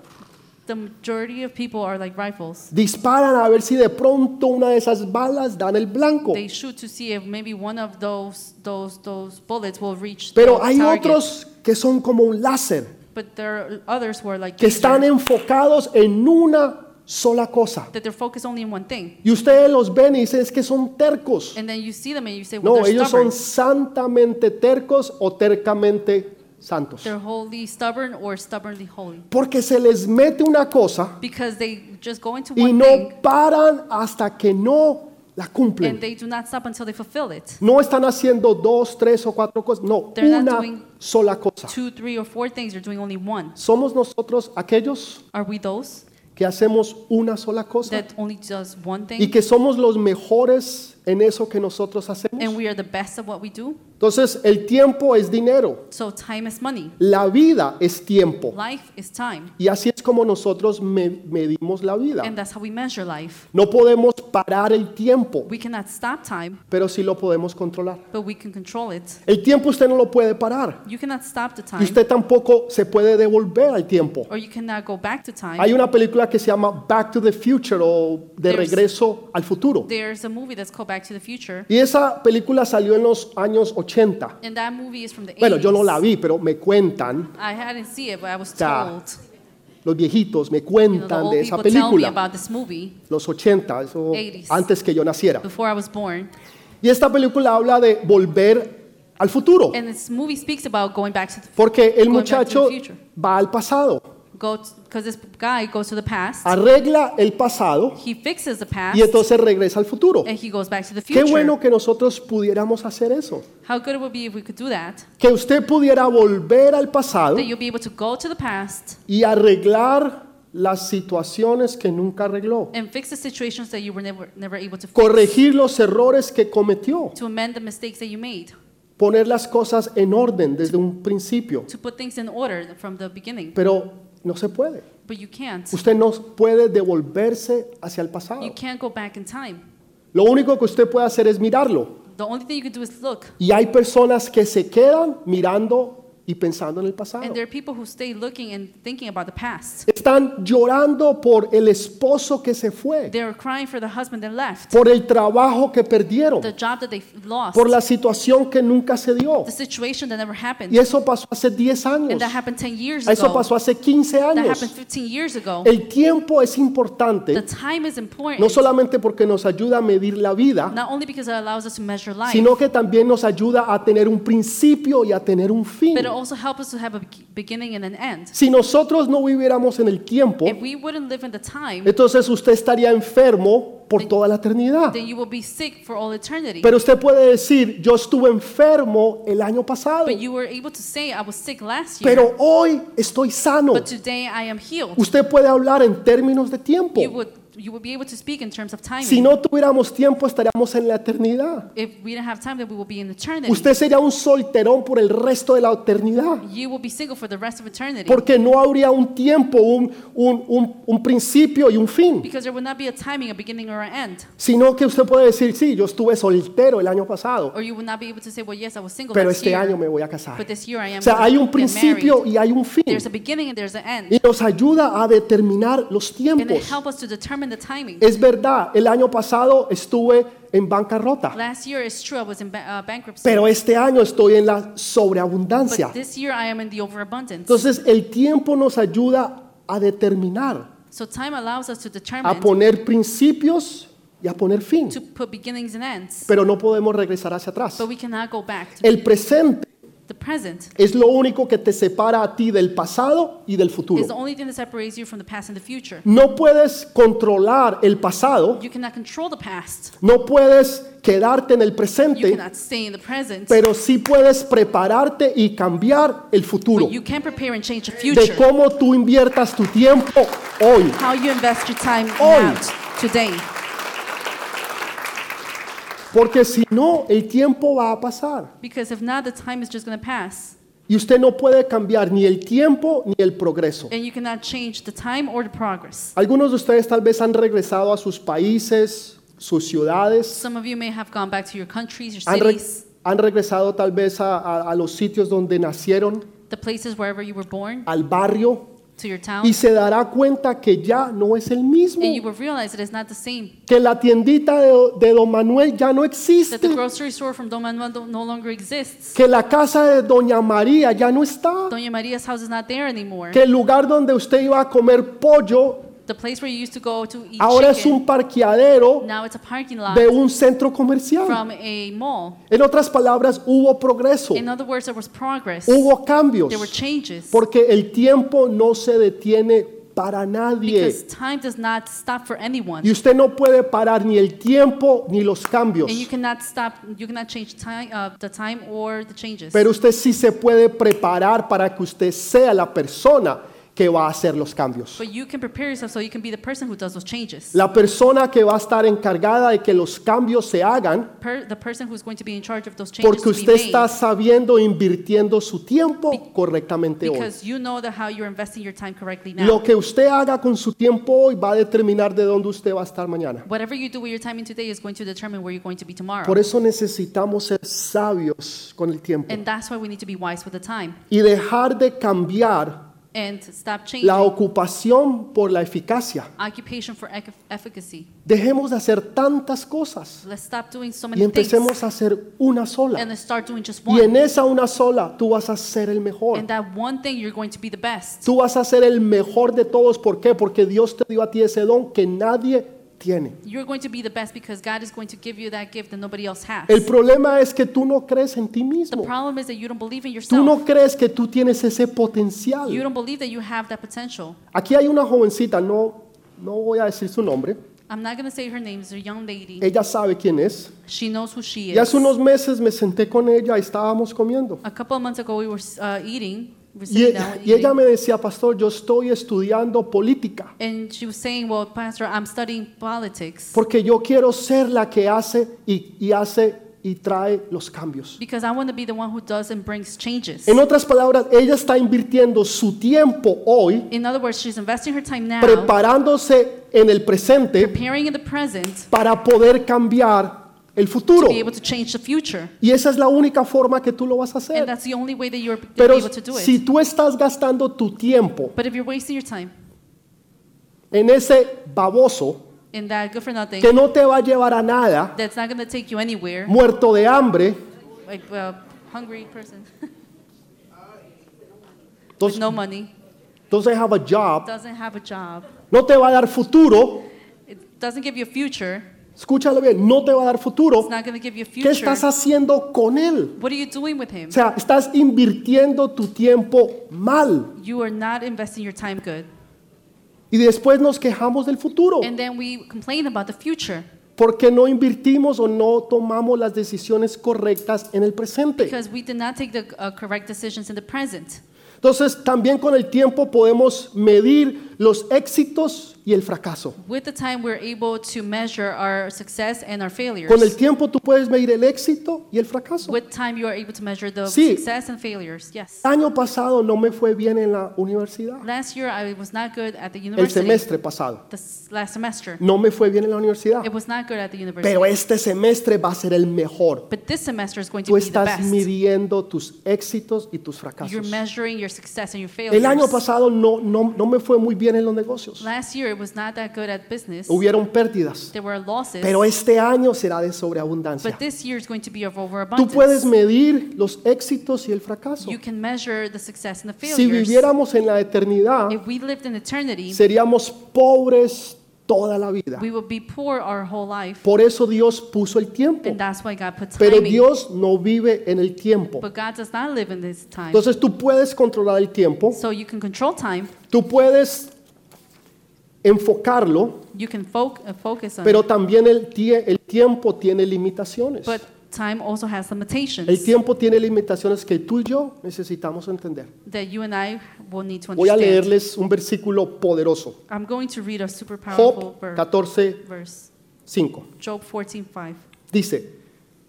Speaker 2: The majority of people are like rifles.
Speaker 1: Disparan a ver si de pronto una de esas balas dan el blanco.
Speaker 2: They shoot to see if maybe one of those those those bullets will reach the
Speaker 1: Pero hay
Speaker 2: target.
Speaker 1: otros que son como un láser,
Speaker 2: But there are others who are like
Speaker 1: que están
Speaker 2: laser,
Speaker 1: enfocados en una sola cosa.
Speaker 2: that they're focused only in one thing.
Speaker 1: Y ustedes los ven y dicen, es que son tercos.
Speaker 2: And then you see them and you say, well,
Speaker 1: No,
Speaker 2: Eh, they're
Speaker 1: ellos
Speaker 2: stubborn.
Speaker 1: son santamente tercos o tercamente santos.
Speaker 2: They're wholly stubborn or stubbornly holy.
Speaker 1: Porque se les mete una cosa
Speaker 2: Because they just go into
Speaker 1: y
Speaker 2: one thing
Speaker 1: no paran hasta que no la
Speaker 2: and
Speaker 1: cumplen.
Speaker 2: they do not stop until they fulfill it.
Speaker 1: No están haciendo dos, tres o cuatro cosas. No,
Speaker 2: They're not
Speaker 1: una
Speaker 2: doing-
Speaker 1: sola cosa.
Speaker 2: Two, three, or four things, you're doing only one.
Speaker 1: Somos nosotros aquellos
Speaker 2: Are we those
Speaker 1: que hacemos una sola cosa
Speaker 2: that only does one
Speaker 1: y
Speaker 2: thing
Speaker 1: que somos los mejores en eso que nosotros
Speaker 2: and
Speaker 1: hacemos.
Speaker 2: we are the best at what we do?
Speaker 1: Entonces, el tiempo es dinero.
Speaker 2: So time is money.
Speaker 1: La vida es tiempo.
Speaker 2: Life is time.
Speaker 1: Y así es como nosotros me- medimos la vida.
Speaker 2: And that's how we measure life.
Speaker 1: No podemos parar el tiempo,
Speaker 2: We cannot stop time,
Speaker 1: pero sí lo podemos controlar.
Speaker 2: but we can control it.
Speaker 1: El tiempo usted no lo puede parar
Speaker 2: You cannot stop the
Speaker 1: y
Speaker 2: time
Speaker 1: usted tampoco se puede devolver al tiempo.
Speaker 2: or you cannot go back to time.
Speaker 1: Hay una película que se llama Back to the Future o De
Speaker 2: There's-
Speaker 1: Regreso al Futuro.
Speaker 2: There's a movie that's called Back to the Future,
Speaker 1: Y esa película salió en los años 80.
Speaker 2: and that movie is from the
Speaker 1: Bueno,
Speaker 2: 80s.
Speaker 1: yo no la vi, pero me cuentan,
Speaker 2: I hadn't seen it, but I was
Speaker 1: Ya.
Speaker 2: told.
Speaker 1: los viejitos me
Speaker 2: Oh, You know, the
Speaker 1: cuentan
Speaker 2: old
Speaker 1: de esa
Speaker 2: people tell me
Speaker 1: película.
Speaker 2: about this movie
Speaker 1: Los 80, eso
Speaker 2: 80s.
Speaker 1: antes que yo naciera.
Speaker 2: before I was born.
Speaker 1: Y esta película habla de volver al futuro.
Speaker 2: And this movie speaks about going back to the
Speaker 1: Porque el
Speaker 2: Going back to the
Speaker 1: muchacho
Speaker 2: future.
Speaker 1: va al pasado,
Speaker 2: go because this guy goes to the past.
Speaker 1: arregla el pasado
Speaker 2: He fixes the past
Speaker 1: y entonces regresa al futuro.
Speaker 2: and he goes back to the
Speaker 1: Qué
Speaker 2: future.
Speaker 1: bueno que nosotros pudiéramos hacer eso.
Speaker 2: How good it would be if we could do that.
Speaker 1: Que usted pudiera volver al pasado
Speaker 2: That you'll be able to go to the past
Speaker 1: y arreglar las situaciones que nunca arregló,
Speaker 2: and fix the situations that you were never, never able to fix,
Speaker 1: corregir los errores que cometió,
Speaker 2: to amend the mistakes that you made,
Speaker 1: poner las cosas en orden desde un principio.
Speaker 2: to put things in order from the beginning.
Speaker 1: Pero no se puede.
Speaker 2: But you can't.
Speaker 1: Usted no puede devolverse hacia el pasado.
Speaker 2: You can't go back in time.
Speaker 1: Lo único que usted puede hacer es mirarlo.
Speaker 2: The only thing you can do is look.
Speaker 1: Y hay personas que se quedan mirando y pensando en el pasado.
Speaker 2: And there are people who stay looking and thinking about the past.
Speaker 1: Están llorando por el esposo que se fue,
Speaker 2: They are crying for the husband that left,
Speaker 1: por el trabajo que perdieron,
Speaker 2: the job that they f- lost,
Speaker 1: por la situación que nunca se dio.
Speaker 2: the situation that never happened.
Speaker 1: Y eso pasó hace 10 años.
Speaker 2: And that happened 10 years
Speaker 1: Eso
Speaker 2: ago.
Speaker 1: pasó hace 15
Speaker 2: That
Speaker 1: años.
Speaker 2: happened 15 years ago.
Speaker 1: El tiempo es
Speaker 2: The
Speaker 1: importante,
Speaker 2: time is
Speaker 1: no
Speaker 2: important,
Speaker 1: solamente porque nos ayuda a medir la vida,
Speaker 2: not only because it allows us to measure life,
Speaker 1: sino que también nos ayuda a tener un principio y a tener un fin.
Speaker 2: but it also helps us to have a be- beginning and an end.
Speaker 1: Si nosotros no viviéramos en el tiempo,
Speaker 2: If we wouldn't live in the time,
Speaker 1: entonces usted estaría enfermo
Speaker 2: eh,
Speaker 1: por toda la eternidad.
Speaker 2: then you will be sick for all eternity.
Speaker 1: Pero usted puede decir, yo estuve enfermo el año pasado,
Speaker 2: But you were able to say, I was sick last year,
Speaker 1: pero hoy estoy sano.
Speaker 2: but today I am healed.
Speaker 1: Usted puede hablar en términos de tiempo.
Speaker 2: You would, you would be able to speak in terms of
Speaker 1: Si
Speaker 2: timing.
Speaker 1: no tuviéramos tiempo, estaríamos en la eternidad.
Speaker 2: If we didn't have time, then we will be in eternity.
Speaker 1: Usted sería un solterón por el resto de la eternidad.
Speaker 2: You will be single for the rest of eternity.
Speaker 1: Porque no habría un tiempo, un, un- un- un principio y un fin.
Speaker 2: Because there will not be a timing, a beginning or an end.
Speaker 1: Sino que usted puede decir, sí, yo estuve soltero el año pasado,
Speaker 2: Or you will not be able to say, well, yes, I was single
Speaker 1: pero
Speaker 2: last
Speaker 1: este
Speaker 2: year,
Speaker 1: año me voy a casar.
Speaker 2: but this year I am
Speaker 1: O sea, hay un
Speaker 2: gonna get married.
Speaker 1: principio y hay un fin.
Speaker 2: There's a beginning and there's an end.
Speaker 1: Y nos ayuda a determinar los
Speaker 2: And it
Speaker 1: tiempos.
Speaker 2: helps us to determine the timing.
Speaker 1: Es verdad, el año pasado estuve en bancarrota,
Speaker 2: Last year, it's true, I was in ba- uh, bankruptcy.
Speaker 1: pero este año estoy en la
Speaker 2: but
Speaker 1: sobreabundancia.
Speaker 2: this year, I am in the overabundance.
Speaker 1: Entonces el tiempo nos ayuda a determinar,
Speaker 2: so time allows us to determine
Speaker 1: a poner principios y a poner fin.
Speaker 2: to put beginnings and ends.
Speaker 1: Pero no podemos regresar hacia atrás.
Speaker 2: But we cannot go back to
Speaker 1: El presente
Speaker 2: the present.
Speaker 1: es lo único que te separa a ti del pasado y del
Speaker 2: Is the
Speaker 1: futuro.
Speaker 2: only thing that separates you from the past and the future.
Speaker 1: No puedes controlar el pasado,
Speaker 2: You cannot control the past.
Speaker 1: no puedes quedarte en el
Speaker 2: You
Speaker 1: presente,
Speaker 2: cannot stay in the present.
Speaker 1: pero sí puedes prepararte y cambiar el futuro.
Speaker 2: But you can prepare and change the
Speaker 1: de
Speaker 2: future.
Speaker 1: cómo tú inviertas tu tiempo hoy.
Speaker 2: How you invest your time
Speaker 1: Hoy.
Speaker 2: now, today.
Speaker 1: Porque si no, el tiempo va a pasar.
Speaker 2: Because if not, the time is just going to pass.
Speaker 1: Y usted no puede cambiar ni el tiempo ni el progreso.
Speaker 2: And you cannot change the time or the progress.
Speaker 1: Algunos de ustedes tal vez han regresado a sus países, sus ciudades,
Speaker 2: Some of you may have gone back to your countries, your
Speaker 1: han, re-
Speaker 2: cities,
Speaker 1: han regresado tal vez a, a- a los sitios donde nacieron,
Speaker 2: the places wherever you were born,
Speaker 1: al barrio,
Speaker 2: to your town.
Speaker 1: y se dará cuenta que ya no es el mismo,
Speaker 2: And you will realize it is not the same.
Speaker 1: que la tiendita de, de don Manuel ya no
Speaker 2: That the
Speaker 1: existe,
Speaker 2: grocery store from Don Manuel no- no longer exists.
Speaker 1: que la casa de doña María ya no está.
Speaker 2: Doña Maria's house is not there anymore.
Speaker 1: que el lugar donde usted iba a comer pollo
Speaker 2: The place where you used to go to eat
Speaker 1: ahora es
Speaker 2: chicken,
Speaker 1: un parqueadero
Speaker 2: now it's a parking lot
Speaker 1: de un centro comercial.
Speaker 2: from a mall.
Speaker 1: En otras palabras, hubo progreso,
Speaker 2: In other words, there was progress.
Speaker 1: hubo cambios,
Speaker 2: There were changes.
Speaker 1: porque el tiempo no se detiene para nadie.
Speaker 2: Because time does not stop for anyone.
Speaker 1: Y usted no puede parar ni el tiempo ni los cambios,
Speaker 2: And you cannot stop, you cannot change time, uh, the time or the changes.
Speaker 1: pero usted sí se puede preparar para que usted sea la persona que va a hacer los cambios.
Speaker 2: But you can prepare yourself so you can be the person who does those changes.
Speaker 1: La persona que va a estar encargada de que los cambios se hagan
Speaker 2: Per- the person who's going to be in charge of those changes
Speaker 1: Porque
Speaker 2: to be
Speaker 1: usted
Speaker 2: made.
Speaker 1: está sabiendo invirtiendo su tiempo correctamente hoy.
Speaker 2: Because you know that how you're investing your time correctly now.
Speaker 1: Lo que usted haga con su tiempo hoy va a determinar de dónde usted va a estar mañana.
Speaker 2: Whatever you do with your time in today is going to determine where you're going to be tomorrow.
Speaker 1: Por eso necesitamos ser sabios con el tiempo
Speaker 2: And that's why we need to be wise with the time
Speaker 1: y dejar de cambiar
Speaker 2: and stop changing
Speaker 1: la ocupación por la eficacia.
Speaker 2: occupation for ec- efficacy.
Speaker 1: Dejemos de hacer tantas cosas
Speaker 2: Let's stop doing so
Speaker 1: y
Speaker 2: many things
Speaker 1: empecemos a hacer una
Speaker 2: and
Speaker 1: sola.
Speaker 2: let's start doing just
Speaker 1: Y en
Speaker 2: one.
Speaker 1: esa una sola tú vas a ser el mejor.
Speaker 2: And that one thing you're going to be the best.
Speaker 1: Tú vas a ser el mejor de todos. ¿Por qué? Porque Dios te dio a ti ese don que nadie tiene.
Speaker 2: You're going to be the best because God is going to give you that gift that nobody else has.
Speaker 1: El problema es que tú no crees en ti
Speaker 2: The
Speaker 1: mismo.
Speaker 2: problem is that you don't believe in
Speaker 1: Tú
Speaker 2: yourself.
Speaker 1: no crees que tú tienes ese
Speaker 2: You
Speaker 1: potencial.
Speaker 2: don't believe that you have that potential.
Speaker 1: Aquí hay una jovencita, no, no voy a decir su nombre.
Speaker 2: I'm not going to say her name. It's a young lady.
Speaker 1: Ella sabe quién es.
Speaker 2: She knows who she
Speaker 1: Y hace
Speaker 2: is.
Speaker 1: unos meses me senté con ella y estábamos comiendo.
Speaker 2: A couple of months ago, we were uh, eating We're
Speaker 1: Y, e-
Speaker 2: sitting down with
Speaker 1: y ella
Speaker 2: Ingrid.
Speaker 1: me decía, pastor, yo estoy estudiando política
Speaker 2: And she was saying, Well, Pastor, I'm studying politics
Speaker 1: porque yo quiero ser la que hace y, y hace y trae los cambios.
Speaker 2: because I want to be the one who does and brings changes.
Speaker 1: En otras palabras, ella está invirtiendo su tiempo hoy,
Speaker 2: In other words, she's investing her time now,
Speaker 1: preparándose en el presente
Speaker 2: preparing in the present
Speaker 1: para poder cambiar el
Speaker 2: to
Speaker 1: futuro.
Speaker 2: be able to change the future.
Speaker 1: Y esa es la única forma que tú lo vas a
Speaker 2: And
Speaker 1: hacer.
Speaker 2: that's the only way that you're gonna
Speaker 1: Pero
Speaker 2: be able to do it.
Speaker 1: si tú estás gastando tu tiempo
Speaker 2: But if you're wasting your time
Speaker 1: en ese baboso
Speaker 2: in that good for nothing,
Speaker 1: que no te va a llevar a nada,
Speaker 2: that's not going to take you anywhere,
Speaker 1: muerto de hambre,
Speaker 2: like a hungry person (laughs) with
Speaker 1: entonces,
Speaker 2: no money,
Speaker 1: entonces have a job,
Speaker 2: doesn't have a job,
Speaker 1: no te va a dar futuro,
Speaker 2: it doesn't give you a future,
Speaker 1: escúchalo bien, no te va a dar futuro,
Speaker 2: it's not going to give you a
Speaker 1: ¿qué
Speaker 2: future.
Speaker 1: estás haciendo con él?
Speaker 2: What are you doing with him?
Speaker 1: O sea, estás invirtiendo tu tiempo mal
Speaker 2: You are not investing your time good.
Speaker 1: y después nos quejamos del futuro
Speaker 2: And then we complain about the future
Speaker 1: porque no invertimos o no tomamos las decisiones correctas en el presente.
Speaker 2: because we did not take the uh, correct decisions in the present.
Speaker 1: Entonces, también con el tiempo podemos medir los éxitos y el fracaso.
Speaker 2: With the time, we're able to measure our success and our failures.
Speaker 1: Con el tiempo tú puedes medir el éxito y el fracaso.
Speaker 2: With time, you are able to measure the
Speaker 1: Sí.
Speaker 2: success and failures. Yes.
Speaker 1: El año pasado no me fue bien en la universidad.
Speaker 2: Last year, I was not good at the
Speaker 1: El
Speaker 2: university.
Speaker 1: semestre pasado
Speaker 2: This last semester,
Speaker 1: no me fue bien en la universidad.
Speaker 2: it was not good at the university.
Speaker 1: Pero este semestre va a ser el mejor.
Speaker 2: but this semester is going to
Speaker 1: Tú
Speaker 2: be the
Speaker 1: estás
Speaker 2: best.
Speaker 1: midiendo tus éxitos y tus fracasos.
Speaker 2: You're measuring your success and your failures.
Speaker 1: El año pasado no, no, no me fue muy bien en los negocios.
Speaker 2: Last year, it was not that good at business.
Speaker 1: Hubieron pérdidas.
Speaker 2: There were losses.
Speaker 1: Pero este año será de sobreabundancia.
Speaker 2: but this year is going to be of
Speaker 1: Tú
Speaker 2: overabundance.
Speaker 1: puedes medir los éxitos y el fracaso.
Speaker 2: You can measure the success and the
Speaker 1: Si
Speaker 2: failures.
Speaker 1: viviéramos en la eternidad,
Speaker 2: if we lived in eternity,
Speaker 1: seríamos pobres toda la vida.
Speaker 2: we would be poor our whole life.
Speaker 1: Por eso Dios puso el tiempo.
Speaker 2: And that's why God put
Speaker 1: Pero
Speaker 2: timing.
Speaker 1: Dios no vive en el tiempo.
Speaker 2: but God does not live in this time.
Speaker 1: Entonces tú puedes controlar el tiempo,
Speaker 2: so you can control time.
Speaker 1: tú puedes enfocarlo,
Speaker 2: You can foc- uh, focus on
Speaker 1: pero
Speaker 2: it.
Speaker 1: también el, tie- el tiempo tiene limitaciones.
Speaker 2: But time also has limitations
Speaker 1: El tiempo tiene limitaciones que tú y yo necesitamos entender.
Speaker 2: that you and I will need to
Speaker 1: Voy a
Speaker 2: understand.
Speaker 1: leerles un versículo poderoso.
Speaker 2: I'm going to read a super powerful
Speaker 1: Job
Speaker 2: ver-
Speaker 1: 14,
Speaker 2: verse.
Speaker 1: 5.
Speaker 2: Job 14:5.
Speaker 1: Dice,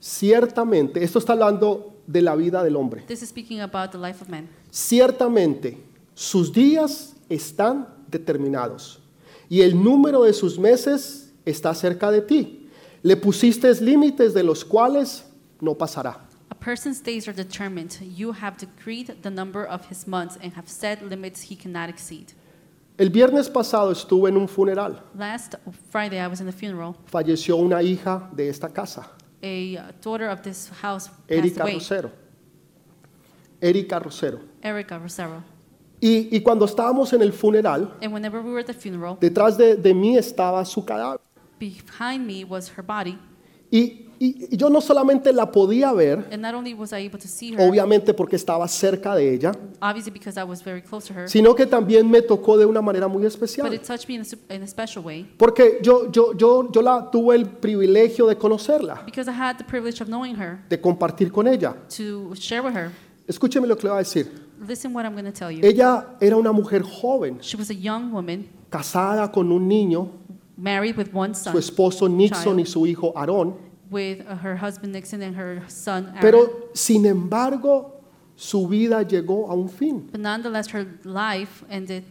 Speaker 1: ciertamente, esto está hablando de la vida del hombre,
Speaker 2: This is speaking about the life of man.
Speaker 1: ciertamente sus días están determinados y el número de sus meses está cerca de ti. Le pusiste límites de los cuales no pasará.
Speaker 2: A person's days are determined. You have decreed the number of his months and have set limits he cannot exceed.
Speaker 1: El viernes pasado estuve en un funeral.
Speaker 2: Last Friday, I was in the funeral.
Speaker 1: Falleció una hija de esta casa,
Speaker 2: A uh, daughter of this house passed
Speaker 1: Erika
Speaker 2: away,
Speaker 1: Rosero. Erika Rosero.
Speaker 2: Erica Rosero.
Speaker 1: Y, y cuando estábamos en el funeral,
Speaker 2: And whenever we were at the funeral,
Speaker 1: detrás de- de mí estaba su cadáver.
Speaker 2: behind me was her body.
Speaker 1: Y, y- y yo no solamente la podía ver,
Speaker 2: And not only was I able to see her,
Speaker 1: obviamente porque estaba cerca de ella,
Speaker 2: obviously because I was very close to her,
Speaker 1: sino que también me tocó de una manera muy
Speaker 2: but
Speaker 1: especial.
Speaker 2: it touched me in a, sup- in a special way
Speaker 1: Porque yo, yo, yo, yo la tuve el privilegio de conocerla,
Speaker 2: because I had the privilege of knowing her,
Speaker 1: de compartir con ella.
Speaker 2: to share with her.
Speaker 1: Escúcheme lo que le voy a decir.
Speaker 2: Listen what I'm going to tell
Speaker 1: Eh.
Speaker 2: you.
Speaker 1: Ella era una mujer joven,
Speaker 2: She was a young woman,
Speaker 1: casada con un niño,
Speaker 2: married with one
Speaker 1: su
Speaker 2: son,
Speaker 1: esposo Nixon y su hijo Aarón,
Speaker 2: with uh, her husband Nixon and her son Aaron.
Speaker 1: pero sin embargo su vida llegó a un fin.
Speaker 2: but nonetheless, her life ended.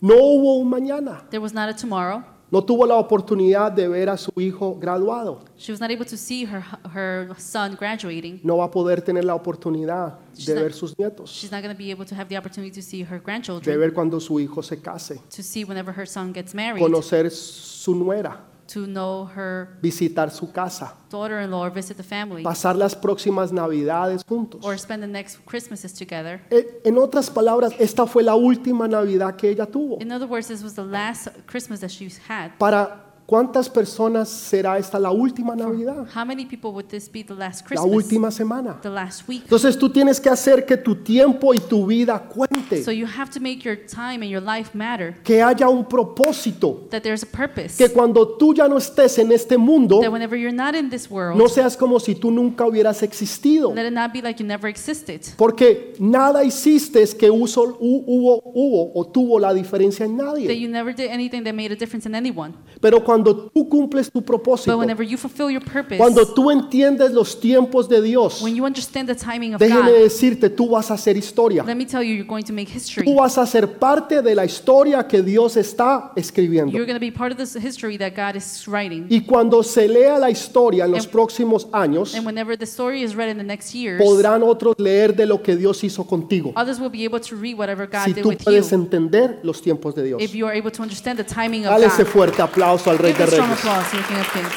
Speaker 1: No hubo un mañana,
Speaker 2: There was not a tomorrow.
Speaker 1: no tuvo la oportunidad de ver a su hijo graduado.
Speaker 2: She was not able to see her, hu- her son graduating.
Speaker 1: no va a poder tener la oportunidad de ver sus nietos,
Speaker 2: She's not going to be able to have the opportunity to see her
Speaker 1: de
Speaker 2: grandchildren,
Speaker 1: ver cuando su hijo se case,
Speaker 2: to see whenever her son gets married,
Speaker 1: conocer su nuera,
Speaker 2: to know her
Speaker 1: visitar su casa,
Speaker 2: daughter-in-law or visit the family
Speaker 1: pasar las próximas navidades juntos.
Speaker 2: or spend the next Christmases together.
Speaker 1: Eh, En otras palabras, esta fue la última Navidad que ella tuvo
Speaker 2: In other words, this was the last Christmas that she had
Speaker 1: para ¿Cuántas personas será esta la última Navidad?
Speaker 2: How many people would this be the last
Speaker 1: La
Speaker 2: Christmas?
Speaker 1: última semana.
Speaker 2: The last week.
Speaker 1: Entonces tú tienes que hacer que tu tiempo y tu vida cuente.
Speaker 2: So you have to make your time and your life matter.
Speaker 1: Que haya un propósito.
Speaker 2: That there's a purpose.
Speaker 1: Que cuando tú ya no estés en este mundo,
Speaker 2: That whenever you're not in this world,
Speaker 1: no seas como si tú nunca hubieras existido.
Speaker 2: let it not be like you never existed.
Speaker 1: Porque nada hiciste que uso- hu- hubo, hubo o tuvo la diferencia en
Speaker 2: That
Speaker 1: nadie.
Speaker 2: you never did anything that made a difference in anyone.
Speaker 1: Pero cuando tú cumples tu propósito,
Speaker 2: But whenever you fulfill your purpose,
Speaker 1: cuando tú entiendes los tiempos de Dios,
Speaker 2: when you understand the timing of
Speaker 1: déjeme
Speaker 2: God,
Speaker 1: decirte, tú vas a hacer historia.
Speaker 2: let me tell you, you're going to make history.
Speaker 1: Tú vas a ser parte de la historia que Dios está escribiendo.
Speaker 2: You're going to be part of this history that God is writing.
Speaker 1: Y cuando se lea la historia en los
Speaker 2: And-
Speaker 1: próximos años,
Speaker 2: And whenever the story is read in the next years,
Speaker 1: podrán otros leer de lo que Dios hizo contigo.
Speaker 2: others will be able to read whatever God
Speaker 1: Si
Speaker 2: did
Speaker 1: tú
Speaker 2: with
Speaker 1: puedes
Speaker 2: you.
Speaker 1: entender los tiempos de Dios.
Speaker 2: If you are able to understand the timing of
Speaker 1: Dale ese
Speaker 2: God.
Speaker 1: fuerte aplauso al Rey de
Speaker 2: Give a strong
Speaker 1: Reyes.
Speaker 2: applause to the King of Kings.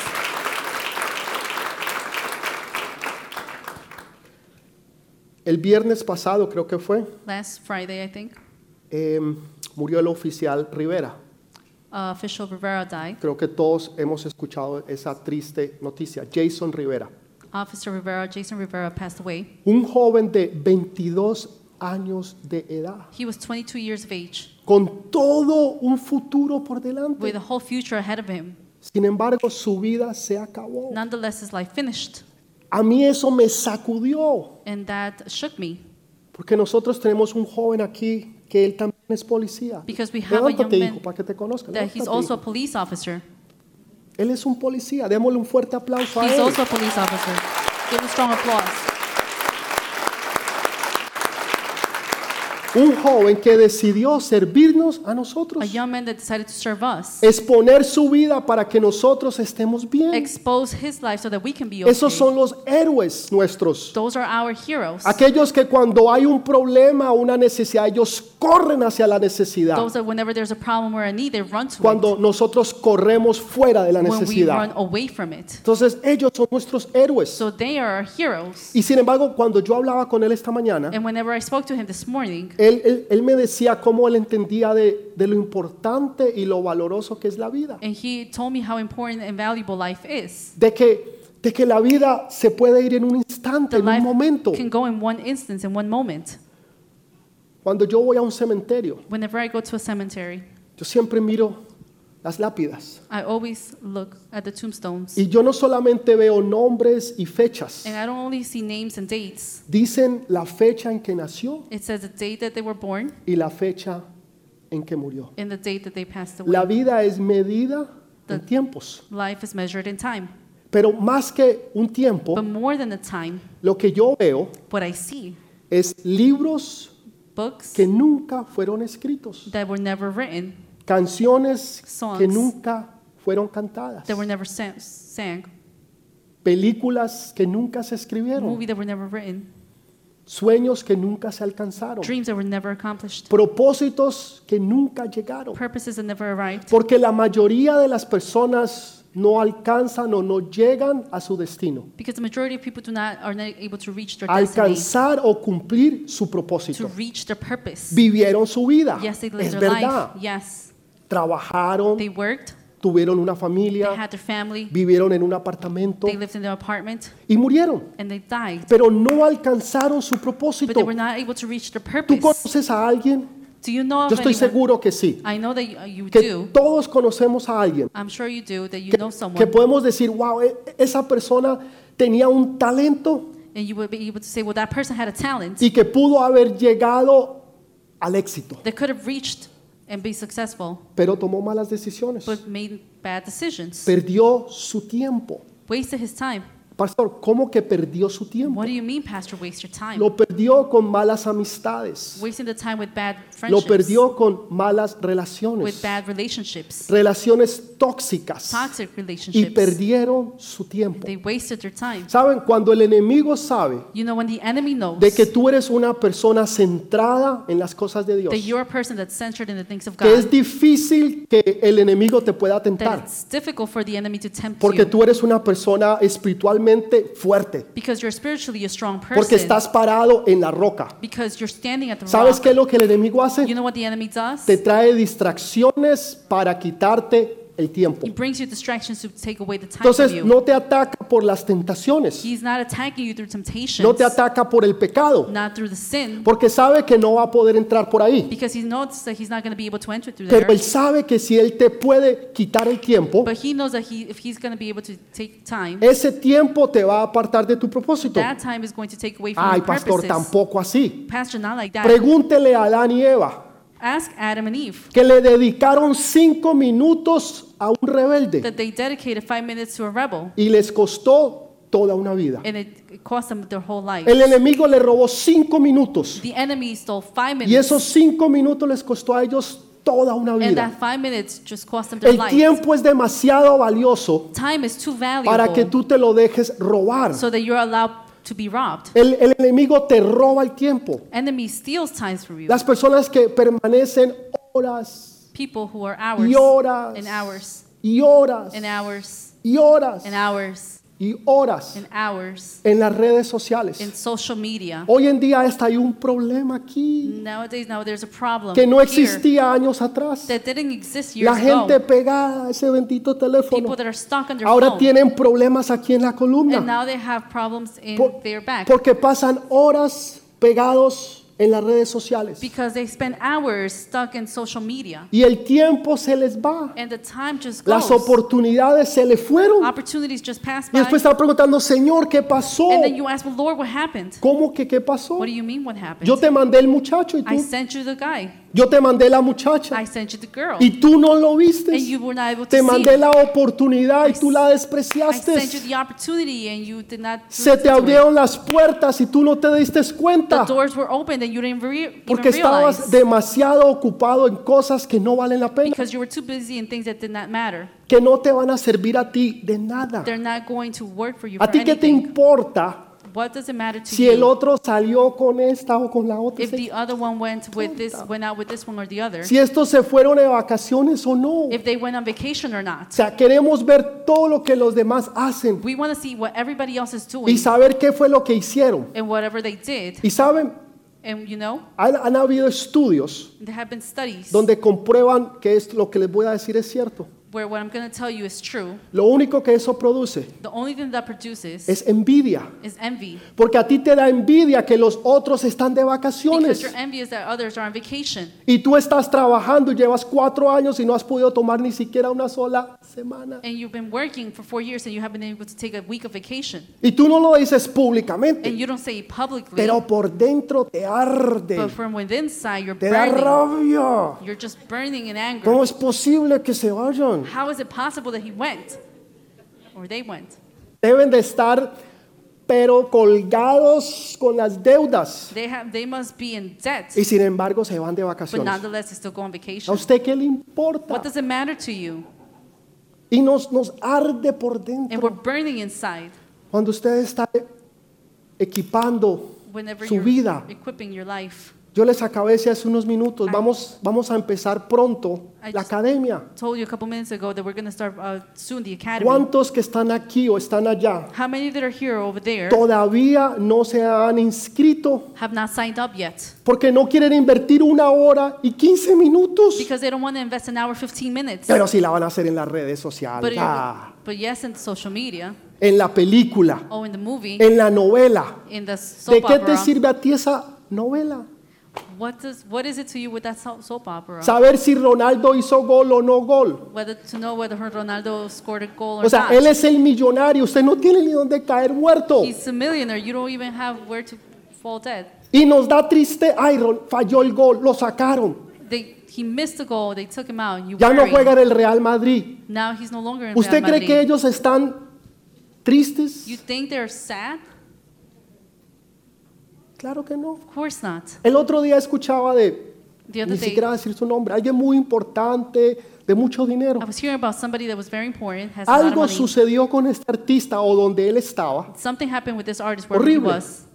Speaker 1: El viernes pasado creo que fue,
Speaker 2: Last Friday, I think,
Speaker 1: eh, murió el oficial Rivera.
Speaker 2: uh, Official Rivera died.
Speaker 1: Creo que todos hemos escuchado esa triste noticia. Jason Rivera,
Speaker 2: Officer Rivera, Jason Rivera, passed away.
Speaker 1: un joven de 22 años de edad,
Speaker 2: He was 22 years of age,
Speaker 1: con todo un futuro por
Speaker 2: with
Speaker 1: delante.
Speaker 2: a whole future ahead of him.
Speaker 1: Sin embargo, su vida se acabó.
Speaker 2: Nonetheless, his life finished,
Speaker 1: A mí eso me sacudió,
Speaker 2: and that shook me
Speaker 1: porque nosotros tenemos un joven aquí que él también es policía.
Speaker 2: Because we have a young
Speaker 1: Levántate,
Speaker 2: man
Speaker 1: hijo, para que te conozca.
Speaker 2: that he's
Speaker 1: Levántate,
Speaker 2: also a
Speaker 1: hijo.
Speaker 2: police officer.
Speaker 1: Él es un policía. Démosle un fuerte aplauso a
Speaker 2: He's
Speaker 1: él.
Speaker 2: also a police officer. Give a strong applause.
Speaker 1: Un joven que decidió servirnos a nosotros,
Speaker 2: A young man that decided to serve us,
Speaker 1: exponer su vida para que nosotros estemos bien.
Speaker 2: expose his life so that we can be okay.
Speaker 1: Esos son los héroes nuestros.
Speaker 2: Those are our heroes.
Speaker 1: Aquellos que cuando hay un problema o una necesidad, ellos corren hacia la necesidad.
Speaker 2: Those that whenever there's a problem or a need, they run to
Speaker 1: Cuando nosotros corremos fuera de la
Speaker 2: it. When we run
Speaker 1: necesidad.
Speaker 2: away from it,
Speaker 1: Entonces ellos son nuestros héroes.
Speaker 2: so they are our heroes.
Speaker 1: Y sin embargo, cuando yo hablaba con él esta mañana,
Speaker 2: And whenever I spoke to him this morning,
Speaker 1: él, él- él me decía cómo él entendía de, de lo importante y lo valoroso que es la vida.
Speaker 2: and he told me how important and valuable life is.
Speaker 1: de que, de que la vida se puede ir en un instante, en un
Speaker 2: life
Speaker 1: momento.
Speaker 2: can go in one instance, in one moment.
Speaker 1: Cuando yo voy a un cementerio,
Speaker 2: Whenever I go to a cemetery,
Speaker 1: yo siempre miro las lápidas
Speaker 2: I always look at the tombstones.
Speaker 1: y yo no solamente veo nombres y fechas.
Speaker 2: And I don't only see names and dates.
Speaker 1: Dicen la fecha en que nació
Speaker 2: It says the date that they were born
Speaker 1: y la fecha en que murió.
Speaker 2: and the date that they passed away.
Speaker 1: La vida es medida en
Speaker 2: The-
Speaker 1: tiempos,
Speaker 2: Life is measured in time.
Speaker 1: pero más que un tiempo,
Speaker 2: But more than the time,
Speaker 1: lo que yo veo
Speaker 2: what I see
Speaker 1: es libros
Speaker 2: books
Speaker 1: que nunca fueron escritos,
Speaker 2: that were never written,
Speaker 1: canciones que
Speaker 2: Songs.
Speaker 1: nunca fueron cantadas.
Speaker 2: that were never sang, sang
Speaker 1: películas que nunca se escribieron,
Speaker 2: movie that were never written,
Speaker 1: sueños que nunca se alcanzaron,
Speaker 2: dreams that were never accomplished,
Speaker 1: propósitos que nunca llegaron,
Speaker 2: purposes that never arrived.
Speaker 1: porque la mayoría de las personas no alcanzan o no llegan a su destino,
Speaker 2: Because the majority of people do not are not able to reach their destiny,
Speaker 1: alcanzar o cumplir su
Speaker 2: to
Speaker 1: propósito.
Speaker 2: reach their purpose.
Speaker 1: Vivieron su vida,
Speaker 2: Yes, they lived
Speaker 1: es
Speaker 2: their life.
Speaker 1: verdad,
Speaker 2: Yes,
Speaker 1: trabajaron,
Speaker 2: they worked.
Speaker 1: tuvieron una
Speaker 2: They
Speaker 1: familia,
Speaker 2: had their family.
Speaker 1: vivieron en un apartamento
Speaker 2: They lived in their apartment,
Speaker 1: y murieron,
Speaker 2: and they died.
Speaker 1: pero no alcanzaron su
Speaker 2: But
Speaker 1: propósito.
Speaker 2: they were not able to reach their
Speaker 1: ¿Tú
Speaker 2: purpose.
Speaker 1: conoces a alguien?
Speaker 2: Do you know of
Speaker 1: Yo estoy
Speaker 2: anyone?
Speaker 1: seguro que sí.
Speaker 2: I know that you, you
Speaker 1: que
Speaker 2: do.
Speaker 1: todos conocemos a alguien
Speaker 2: I'm sure you do. That you
Speaker 1: que,
Speaker 2: know
Speaker 1: que
Speaker 2: someone,
Speaker 1: podemos decir, wow, e- esa persona tenía un talento
Speaker 2: and you would be able to say, "Well, that person had a talent
Speaker 1: y que pudo haber llegado al éxito,
Speaker 2: that could have reached and be successful,
Speaker 1: pero tomó malas decisiones,
Speaker 2: but made bad decisions,
Speaker 1: perdió su tiempo.
Speaker 2: wasted his time."
Speaker 1: Pastor, ¿cómo que perdió su tiempo?
Speaker 2: What do you mean, Pastor? Waste your time?
Speaker 1: Lo perdió con malas amistades,
Speaker 2: Wasting the time with bad
Speaker 1: lo
Speaker 2: friendships,
Speaker 1: perdió con malas
Speaker 2: with
Speaker 1: relaciones,
Speaker 2: bad relationships,
Speaker 1: relaciones tóxicas
Speaker 2: toxic
Speaker 1: y
Speaker 2: relationships.
Speaker 1: perdieron su tiempo.
Speaker 2: They wasted their time.
Speaker 1: Saben, cuando el enemigo sabe
Speaker 2: You know, when the enemy knows
Speaker 1: de que tú eres una persona centrada en las cosas de Dios.
Speaker 2: that you're a person that's centered in the things of
Speaker 1: Que es
Speaker 2: God,
Speaker 1: difícil que el enemigo te pueda
Speaker 2: that
Speaker 1: tentar,
Speaker 2: it's difficult for the enemy to tempt
Speaker 1: porque
Speaker 2: you
Speaker 1: tú eres una persona espiritualmente fuerte,
Speaker 2: because you're spiritually a strong
Speaker 1: porque
Speaker 2: person,
Speaker 1: estás parado en la roca.
Speaker 2: because you're standing at the
Speaker 1: ¿Sabes
Speaker 2: rock.
Speaker 1: qué es lo que el enemigo
Speaker 2: You
Speaker 1: hace?
Speaker 2: know what the enemy does?
Speaker 1: Te trae distracciones para quitarte el tiempo.
Speaker 2: He brings you distractions to take away the time from
Speaker 1: Entonces
Speaker 2: you.
Speaker 1: no te ataca por las tentaciones,
Speaker 2: He's not attacking you through temptations,
Speaker 1: no te ataca por el pecado,
Speaker 2: not through the sin,
Speaker 1: porque sabe que no va a poder entrar por ahí.
Speaker 2: because he knows that he's not going to be able to enter through there.
Speaker 1: Pero él sabe que si él te puede quitar el tiempo,
Speaker 2: But he knows that he, if he's going to be able to take time,
Speaker 1: ese tiempo te va a apartar de tu propósito.
Speaker 2: that time is going to take away from
Speaker 1: Ay,
Speaker 2: your
Speaker 1: pastor,
Speaker 2: purposes.
Speaker 1: tampoco así.
Speaker 2: Pastor, not like that.
Speaker 1: Pregúntele a Adán y Eva
Speaker 2: Ask Adam and Eve
Speaker 1: que le dedicaron cinco minutos a un rebelde
Speaker 2: that they dedicated five minutes to a rebel,
Speaker 1: y les costó toda una vida.
Speaker 2: and it it cost them their whole life.
Speaker 1: El enemigo le robó cinco minutos
Speaker 2: The enemy stole five
Speaker 1: y
Speaker 2: minutes,
Speaker 1: esos cinco minutos les costó a ellos toda una
Speaker 2: and
Speaker 1: vida.
Speaker 2: that five minutes just cost them their
Speaker 1: El
Speaker 2: life.
Speaker 1: tiempo es demasiado valioso
Speaker 2: Time is too valuable
Speaker 1: para que tú te lo dejes robar.
Speaker 2: so that you're allowed to be robbed.
Speaker 1: El, el enemigo te roba el tiempo.
Speaker 2: Enemy steals time from you.
Speaker 1: Las personas que permanecen horas
Speaker 2: People who are hours
Speaker 1: y horas
Speaker 2: and hours
Speaker 1: y horas
Speaker 2: and hours
Speaker 1: y horas
Speaker 2: and hours
Speaker 1: y horas
Speaker 2: and hours
Speaker 1: en las redes
Speaker 2: in
Speaker 1: sociales.
Speaker 2: social media.
Speaker 1: Hoy en día hasta hay un problema aquí
Speaker 2: Nowadays, now there's a problem
Speaker 1: que no
Speaker 2: here
Speaker 1: existía años atrás.
Speaker 2: that didn't exist years
Speaker 1: La gente
Speaker 2: ago.
Speaker 1: pegada a ese bendito teléfono
Speaker 2: People that are stuck on their
Speaker 1: ahora
Speaker 2: phone,
Speaker 1: tienen problemas aquí en la
Speaker 2: and
Speaker 1: columna
Speaker 2: now they have problems in
Speaker 1: Por-
Speaker 2: their back
Speaker 1: porque pasan horas pegados en las redes sociales
Speaker 2: because they spend hours stuck in social media,
Speaker 1: y el tiempo se les va,
Speaker 2: and the time just goes.
Speaker 1: las oportunidades se les fueron
Speaker 2: Opportunities just pass
Speaker 1: y
Speaker 2: by,
Speaker 1: después "Oh". están preguntando, Señor, ¿qué pasó?
Speaker 2: and then you ask, "Well, Lord, what happened?
Speaker 1: ¿Cómo que qué pasó?
Speaker 2: What do you mean, what happened?
Speaker 1: Yo te mandé el muchacho y
Speaker 2: I
Speaker 1: tú,
Speaker 2: sent you the guy.
Speaker 1: yo te mandé la muchacha
Speaker 2: I sent you the girl,
Speaker 1: y tú no lo viste.
Speaker 2: and you were not able to
Speaker 1: Te
Speaker 2: see.
Speaker 1: mandé la oportunidad y
Speaker 2: I
Speaker 1: tú la
Speaker 2: I sent you
Speaker 1: despreciaste.
Speaker 2: the opportunity, and you did not. do
Speaker 1: Se te
Speaker 2: it.
Speaker 1: abrieron las puertas y tú no te diste
Speaker 2: The
Speaker 1: cuenta
Speaker 2: doors were opened, and you didn't re- even
Speaker 1: porque
Speaker 2: realize
Speaker 1: estabas demasiado ocupado en cosas que no valen la pena,
Speaker 2: because you were too busy in things that did not matter.
Speaker 1: que no te van a servir a ti de nada.
Speaker 2: They're not going to work for you
Speaker 1: ¿A
Speaker 2: for
Speaker 1: ti qué te
Speaker 2: anything.
Speaker 1: importa
Speaker 2: What does it matter to
Speaker 1: si
Speaker 2: you
Speaker 1: el otro salió con esta o con la otra?
Speaker 2: if the other one went with this, went out with this one or the other?
Speaker 1: Si estos se fueron de vacaciones o no.
Speaker 2: If they went on vacation or
Speaker 1: O
Speaker 2: not?
Speaker 1: sea, queremos ver todo lo que los demás hacen
Speaker 2: We want to see what everybody else is doing
Speaker 1: y saber qué fue lo que hicieron.
Speaker 2: and whatever they did.
Speaker 1: Y saben,
Speaker 2: And you know,
Speaker 1: han, han habido estudios
Speaker 2: there have been studies
Speaker 1: donde comprueban que es lo que les voy a decir es cierto.
Speaker 2: where what I'm going to tell you is true.
Speaker 1: Lo único que eso produce
Speaker 2: The only thing that produces
Speaker 1: es envidia,
Speaker 2: is envy.
Speaker 1: porque a ti te da envidia que los otros están de
Speaker 2: Because
Speaker 1: vacaciones
Speaker 2: you're envious that others are on vacation.
Speaker 1: y tú estás trabajando y llevas cuatro años y no has podido tomar ni siquiera una sola semana.
Speaker 2: And you've been working for four years and you haven't been able to take a week of vacation.
Speaker 1: Y tú no lo dices
Speaker 2: And
Speaker 1: públicamente,
Speaker 2: you don't say it publicly,
Speaker 1: pero por dentro te arde,
Speaker 2: but from within side you're
Speaker 1: te da
Speaker 2: burning.
Speaker 1: rabia.
Speaker 2: You're just burning in anger.
Speaker 1: ¿Cómo es posible que se vayan?
Speaker 2: How is it possible that he went? Or they went?
Speaker 1: Deben de estar, pero colgados con las deudas.
Speaker 2: They have they must be in debt,
Speaker 1: Y sin embargo se van de
Speaker 2: but
Speaker 1: vacaciones.
Speaker 2: nonetheless they still go on
Speaker 1: ¿A
Speaker 2: vacation.
Speaker 1: usted qué le importa?
Speaker 2: Pues What does it matter to you?
Speaker 1: Y nos, nos arde por
Speaker 2: And we're
Speaker 1: dentro.
Speaker 2: burning inside
Speaker 1: Cuando usted está equipando
Speaker 2: whenever
Speaker 1: su
Speaker 2: you're
Speaker 1: vida.
Speaker 2: equipping your life.
Speaker 1: Yo les acabé hace hace unos minutos,
Speaker 2: Ah.
Speaker 1: vamos, vamos a empezar pronto la academia.
Speaker 2: Told you a couple minutes ago that we're going to start uh, soon the academy.
Speaker 1: ¿Cuántos que están aquí o están allá
Speaker 2: How many that are here or over there
Speaker 1: todavía no se han inscrito
Speaker 2: have not signed up yet?
Speaker 1: porque no quieren invertir una hora y 15 minutos?
Speaker 2: Because they don't want to invest an hour 15 minutes.
Speaker 1: Pero si la van a hacer en las redes
Speaker 2: But,
Speaker 1: sociales,
Speaker 2: you-
Speaker 1: ah,
Speaker 2: but yes, in social media
Speaker 1: en la película,
Speaker 2: or in the movie,
Speaker 1: en la novela.
Speaker 2: in the
Speaker 1: Eh, ¿De
Speaker 2: soap
Speaker 1: qué te
Speaker 2: opera,
Speaker 1: sirve a ti esa novela?
Speaker 2: what, does, what is it to you with that so- soap opera?
Speaker 1: Saber si Ronaldo hizo gol o no gol.
Speaker 2: whether to know whether Ronaldo scored a goal or
Speaker 1: O sea,
Speaker 2: not.
Speaker 1: él es el millonario, usted no tiene ni dónde caer muerto.
Speaker 2: He's a millionaire. You don't even have where to fall dead.
Speaker 1: Y nos da triste, ay, Ron- falló el gol, lo sacaron.
Speaker 2: They, he missed the goal. They took him out. And you
Speaker 1: Ya no
Speaker 2: worry.
Speaker 1: juega en el Real Madrid.
Speaker 2: Now he's no longer in
Speaker 1: ¿Usted
Speaker 2: Real
Speaker 1: cree que
Speaker 2: Madrid.
Speaker 1: ellos están tristes?
Speaker 2: You think they're sad?
Speaker 1: Claro que no.
Speaker 2: Of course not.
Speaker 1: El otro día escuchaba de,
Speaker 2: The other
Speaker 1: ni
Speaker 2: day,
Speaker 1: siquiera decir su nombre, alguien muy importante, de mucho dinero.
Speaker 2: I was hearing about somebody that was very important, has a lot of
Speaker 1: Algo
Speaker 2: money.
Speaker 1: sucedió con este artista o donde él estaba.
Speaker 2: Something happened with this artist wherever
Speaker 1: Horrible.
Speaker 2: he was.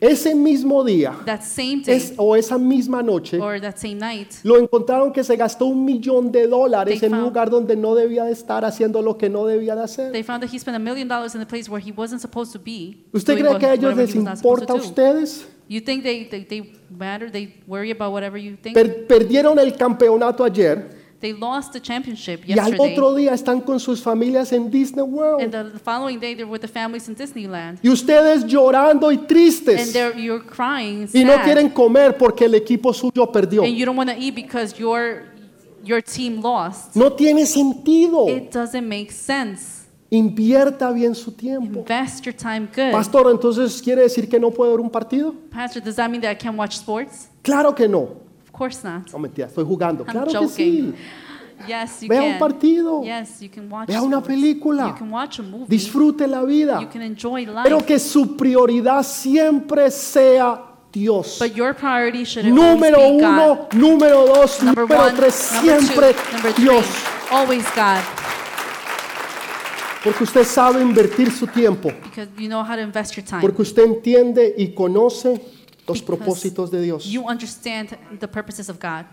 Speaker 1: Ese mismo día
Speaker 2: That same day
Speaker 1: es- o esa misma noche
Speaker 2: or that same night,
Speaker 1: lo encontraron que se gastó un millón de dólares
Speaker 2: They
Speaker 1: en un
Speaker 2: found-
Speaker 1: lugar donde no debía de estar haciendo lo que no debía de hacer.
Speaker 2: they found that he spent a million dollars in a place where he wasn't supposed to be.
Speaker 1: ¿Usted
Speaker 2: doing
Speaker 1: cree
Speaker 2: what-
Speaker 1: que a ellos
Speaker 2: whatever
Speaker 1: les
Speaker 2: he was not supposed
Speaker 1: importa
Speaker 2: to
Speaker 1: a
Speaker 2: do.
Speaker 1: ustedes?
Speaker 2: You think they, they, they matter? They worry about whatever you think?
Speaker 1: Per- perdieron el campeonato ayer
Speaker 2: They lost the championship
Speaker 1: Y al
Speaker 2: yesterday.
Speaker 1: otro día están con sus familias en Disney
Speaker 2: And
Speaker 1: World.
Speaker 2: the the following day, they were with the families in Disneyland.
Speaker 1: Y ustedes llorando y
Speaker 2: And
Speaker 1: tristes.
Speaker 2: they're, you're crying.
Speaker 1: Y no
Speaker 2: sad.
Speaker 1: quieren comer porque el equipo suyo perdió.
Speaker 2: And you don't want to eat because your, your team lost.
Speaker 1: No tiene sentido.
Speaker 2: It doesn't make sense.
Speaker 1: Invierta bien su tiempo.
Speaker 2: Invest your time good.
Speaker 1: Pastor, entonces quiere decir que no puedo ver un partido?
Speaker 2: Pastor, does that mean that I can't watch sports?
Speaker 1: Claro que no.
Speaker 2: Of course not.
Speaker 1: No mentira, estoy jugando.
Speaker 2: I'm
Speaker 1: Claro que sí.
Speaker 2: joking. Yes, you
Speaker 1: Vea un
Speaker 2: can.
Speaker 1: partido.
Speaker 2: Yes, you can watch
Speaker 1: Vea una
Speaker 2: sports.
Speaker 1: película.
Speaker 2: You can watch a movie.
Speaker 1: Disfrute la
Speaker 2: You
Speaker 1: vida.
Speaker 2: can enjoy life.
Speaker 1: Pero que su prioridad siempre sea Dios.
Speaker 2: But your priority should always
Speaker 1: Número
Speaker 2: be God.
Speaker 1: uno, número dos,
Speaker 2: Number
Speaker 1: número
Speaker 2: one,
Speaker 1: tres,
Speaker 2: number
Speaker 1: siempre
Speaker 2: two, number three,
Speaker 1: Dios.
Speaker 2: always God,
Speaker 1: Porque usted sabe invertir su tiempo.
Speaker 2: because you know how to invest your time.
Speaker 1: Porque usted entiende y conoce los
Speaker 2: Because
Speaker 1: propósitos de Dios.
Speaker 2: You understand the purposes of God.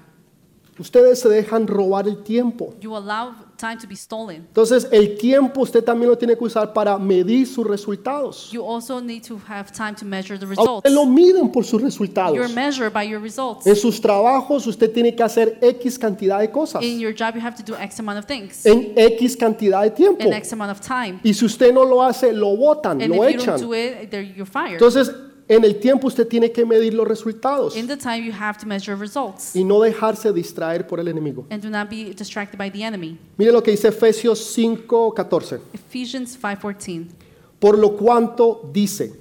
Speaker 1: Ustedes se dejan robar el tiempo.
Speaker 2: You allow time to be stolen.
Speaker 1: Entonces el tiempo usted también lo tiene que usar para medir sus resultados.
Speaker 2: You also need to have time to measure the
Speaker 1: A
Speaker 2: results.
Speaker 1: usted lo miden por sus
Speaker 2: You're
Speaker 1: resultados.
Speaker 2: measured by your results.
Speaker 1: En sus trabajos usted tiene que hacer X cantidad de cosas.
Speaker 2: In your job, you have to do X amount of things
Speaker 1: En X cantidad de tiempo.
Speaker 2: in X amount of time.
Speaker 1: Y si usted no lo hace, lo botan,
Speaker 2: And
Speaker 1: lo
Speaker 2: if you don't do
Speaker 1: echan.
Speaker 2: it, then you're fired.
Speaker 1: Entonces en el tiempo usted tiene que medir los resultados
Speaker 2: In the time, you have to measure results
Speaker 1: y no dejarse distraer por el enemigo.
Speaker 2: and do not be distracted by the enemy.
Speaker 1: Mire lo que dice Efesios 5:14.
Speaker 2: Ephesians 5:14.
Speaker 1: Por lo cuanto dice,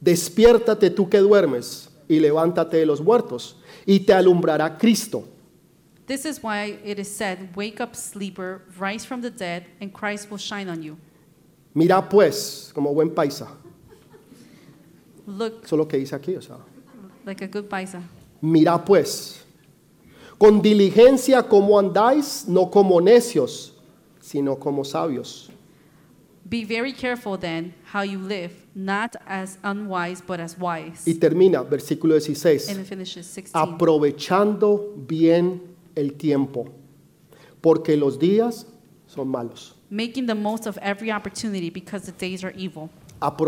Speaker 1: despiértate tú que duermes y levántate de los muertos y te alumbrará Cristo.
Speaker 2: This is why it is said, Wake up, sleeper, rise from the dead, and Christ will shine on you.
Speaker 1: Mira pues, como buen paisa,
Speaker 2: Look
Speaker 1: eso es lo que dice aquí, o sea,
Speaker 2: like a good paisa.
Speaker 1: mira pues, con diligencia como andáis, no como necios, sino como sabios,
Speaker 2: Be very careful then how you live, not as unwise, but as wise.
Speaker 1: y termina, versículo
Speaker 2: And
Speaker 1: 16,
Speaker 2: it finishes 16.
Speaker 1: aprovechando bien el tiempo, porque los días son malos,
Speaker 2: Making the most of every opportunity because the days are evil.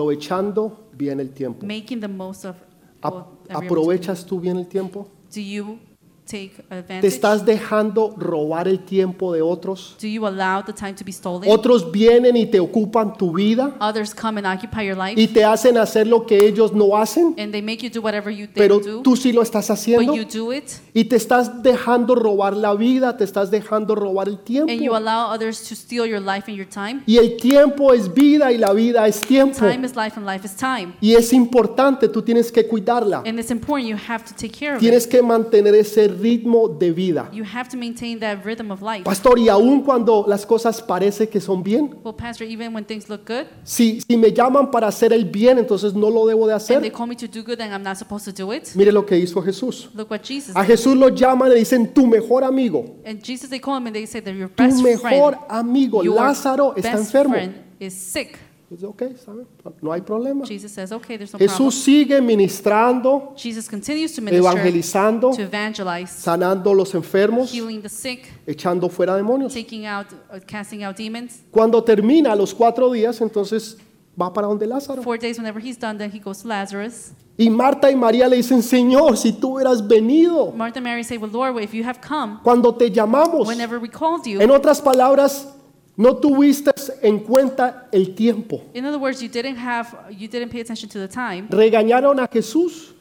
Speaker 1: aprovechando bien el tiempo.
Speaker 2: Making the most of
Speaker 1: Ap-
Speaker 2: well, every opportunity.
Speaker 1: ¿Aprovechas tú bien el tiempo?
Speaker 2: Do you take
Speaker 1: ¿Te
Speaker 2: advantage?
Speaker 1: estás dejando robar el tiempo de otros?
Speaker 2: Do you allow the time to be stolen?
Speaker 1: Otros vienen y te ocupan tu vida
Speaker 2: Others come and occupy your life,
Speaker 1: y te hacen hacer lo que ellos no hacen,
Speaker 2: and they make you do whatever you they
Speaker 1: pero
Speaker 2: do,
Speaker 1: tú sí lo estás
Speaker 2: but
Speaker 1: haciendo
Speaker 2: you do it,
Speaker 1: y te estás dejando robar la vida, te estás dejando robar el
Speaker 2: and you
Speaker 1: tiempo.
Speaker 2: allow others to steal your life and your time.
Speaker 1: Y el tiempo es vida y la vida es tiempo.
Speaker 2: Time is life, and life is time.
Speaker 1: Y es importante, tú tienes que cuidarla.
Speaker 2: And it's important you have to take care of it.
Speaker 1: Tienes que mantener ese ritmo de vida.
Speaker 2: You have to maintain that rhythm of life.
Speaker 1: Pastor, y aun cuando las cosas parece que son bien,
Speaker 2: Well, Pastor, even when things look good,
Speaker 1: Si, si me llaman para hacer el bien, entonces no lo debo de
Speaker 2: and they
Speaker 1: hacer.
Speaker 2: call me to do good and I'm not supposed to do it,
Speaker 1: Mire lo que hizo Jesús.
Speaker 2: look what Jesus
Speaker 1: A
Speaker 2: did.
Speaker 1: Jesús lo llaman y le dicen, tu mejor amigo,
Speaker 2: And Jesus, they call him and they say that your
Speaker 1: tu
Speaker 2: best
Speaker 1: mejor
Speaker 2: friend,
Speaker 1: amigo,
Speaker 2: your
Speaker 1: Lázaro, está
Speaker 2: best
Speaker 1: enfermo.
Speaker 2: friend is sick.
Speaker 1: Dice, Pues, "Ok, está bien, no hay problema.
Speaker 2: Jesus says, okay, there's no problem.
Speaker 1: Jesús sigue ministrando,
Speaker 2: Jesus continues to minister,
Speaker 1: evangelizando,
Speaker 2: to evangelize,
Speaker 1: sanando a los enfermos,
Speaker 2: healing the sick,
Speaker 1: echando fuera demonios.
Speaker 2: taking out, uh, casting out demons.
Speaker 1: Cuando termina los cuatro días, entonces va para donde Lázaro.
Speaker 2: Four days, whenever he's done, then he goes to Lazarus.
Speaker 1: Y Marta y María le dicen, Señor, si tú hubieras venido,
Speaker 2: Martha and Mary say, well, Lord, if you have come,
Speaker 1: cuando te llamamos,
Speaker 2: whenever we called you,
Speaker 1: En otras palabras, no tuviste en cuenta el tiempo.
Speaker 2: In other words, you didn't have, you didn't pay attention to the time.
Speaker 1: Regañaron a Jesús.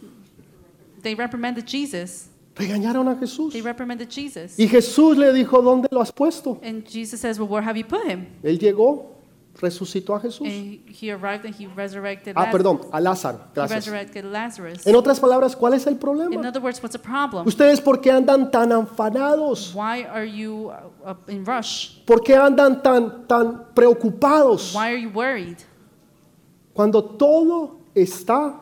Speaker 2: They reprimanded Jesus.
Speaker 1: Regañaron a Jesús.
Speaker 2: They reprimanded Jesus.
Speaker 1: Y Jesús le dijo, ¿dónde lo has puesto?
Speaker 2: And Jesus says, well, where have you put him?
Speaker 1: Él llegó, resucitó a Jesús.
Speaker 2: And he arrived and he resurrected
Speaker 1: Ah,
Speaker 2: Lazarus.
Speaker 1: perdón, a Lázaro.
Speaker 2: He
Speaker 1: Gracias.
Speaker 2: resurrected Lazarus.
Speaker 1: En otras palabras, ¿cuál es el
Speaker 2: In
Speaker 1: problema?
Speaker 2: other words, what's the problem?
Speaker 1: ¿Ustedes por qué andan tan afanados?
Speaker 2: Why are you uh, up in rush?
Speaker 1: ¿Por qué andan tan, tan preocupados
Speaker 2: Why are you worried
Speaker 1: cuando todo está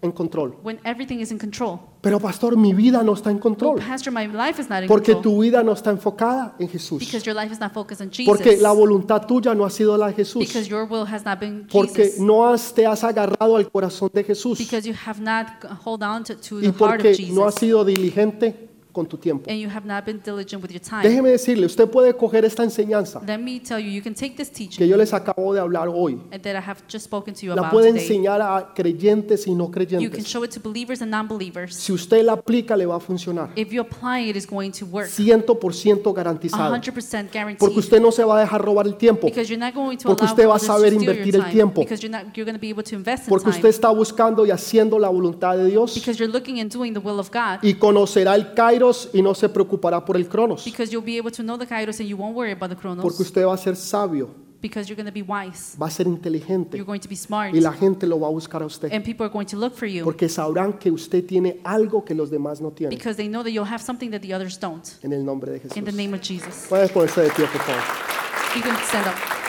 Speaker 1: en control?
Speaker 2: when everything is in control?
Speaker 1: Pero pastor, mi vida no está en
Speaker 2: Well,
Speaker 1: control
Speaker 2: Pastor, my life is not in
Speaker 1: porque
Speaker 2: control
Speaker 1: tu vida no está enfocada en Jesús.
Speaker 2: because your life is not focused on Jesus.
Speaker 1: Porque la voluntad tuya no ha sido la de
Speaker 2: because
Speaker 1: Jesús.
Speaker 2: your will has not been
Speaker 1: Porque
Speaker 2: Jesus.
Speaker 1: no has, te has agarrado al corazón de Jesús.
Speaker 2: because you have not held on to, to
Speaker 1: Y
Speaker 2: the heart of
Speaker 1: porque
Speaker 2: Jesus.
Speaker 1: no has sido diligente con tu tiempo.
Speaker 2: and you have not been diligent with your time.
Speaker 1: Déjeme decirle, usted puede coger esta enseñanza
Speaker 2: Let me tell you, you can take this teaching
Speaker 1: que yo les acabo de hablar hoy.
Speaker 2: and that I have just spoken to you
Speaker 1: La
Speaker 2: about
Speaker 1: puede
Speaker 2: today.
Speaker 1: enseñar a creyentes y no
Speaker 2: You can
Speaker 1: creyentes.
Speaker 2: show it to believers and non-believers.
Speaker 1: Si usted la aplica, le va a funcionar.
Speaker 2: If you apply it, it's going to work.
Speaker 1: 100% garantizado.
Speaker 2: 100%
Speaker 1: Porque
Speaker 2: guaranteed.
Speaker 1: usted no se va a dejar robar el tiempo.
Speaker 2: Because you're not going to
Speaker 1: Porque
Speaker 2: allow
Speaker 1: usted va a
Speaker 2: others to
Speaker 1: saber
Speaker 2: steal your
Speaker 1: invertir el
Speaker 2: time.
Speaker 1: tiempo.
Speaker 2: Because you're not, you're going to be able to invest in
Speaker 1: Porque usted
Speaker 2: time.
Speaker 1: está buscando y haciendo la voluntad de Dios.
Speaker 2: Because you're looking and doing the will of God.
Speaker 1: Y conocerá el kairos y no se preocupará por el cronos.
Speaker 2: Because you'll be able to know the kairos and you won't worry about the
Speaker 1: Porque
Speaker 2: chronos.
Speaker 1: usted va a ser sabio,
Speaker 2: Because you're going to be wise.
Speaker 1: va a ser inteligente.
Speaker 2: You're going to be smart.
Speaker 1: Y la gente lo va a buscar a usted.
Speaker 2: And people are going to look for you.
Speaker 1: Porque sabrán que usted tiene algo que los demás no tienen.
Speaker 2: Because they know that you'll have something that the others don't.
Speaker 1: En el nombre de Jesús.
Speaker 2: In the name of Jesus.
Speaker 1: Puedes ponerse de pie, por favor.
Speaker 2: You can stand up.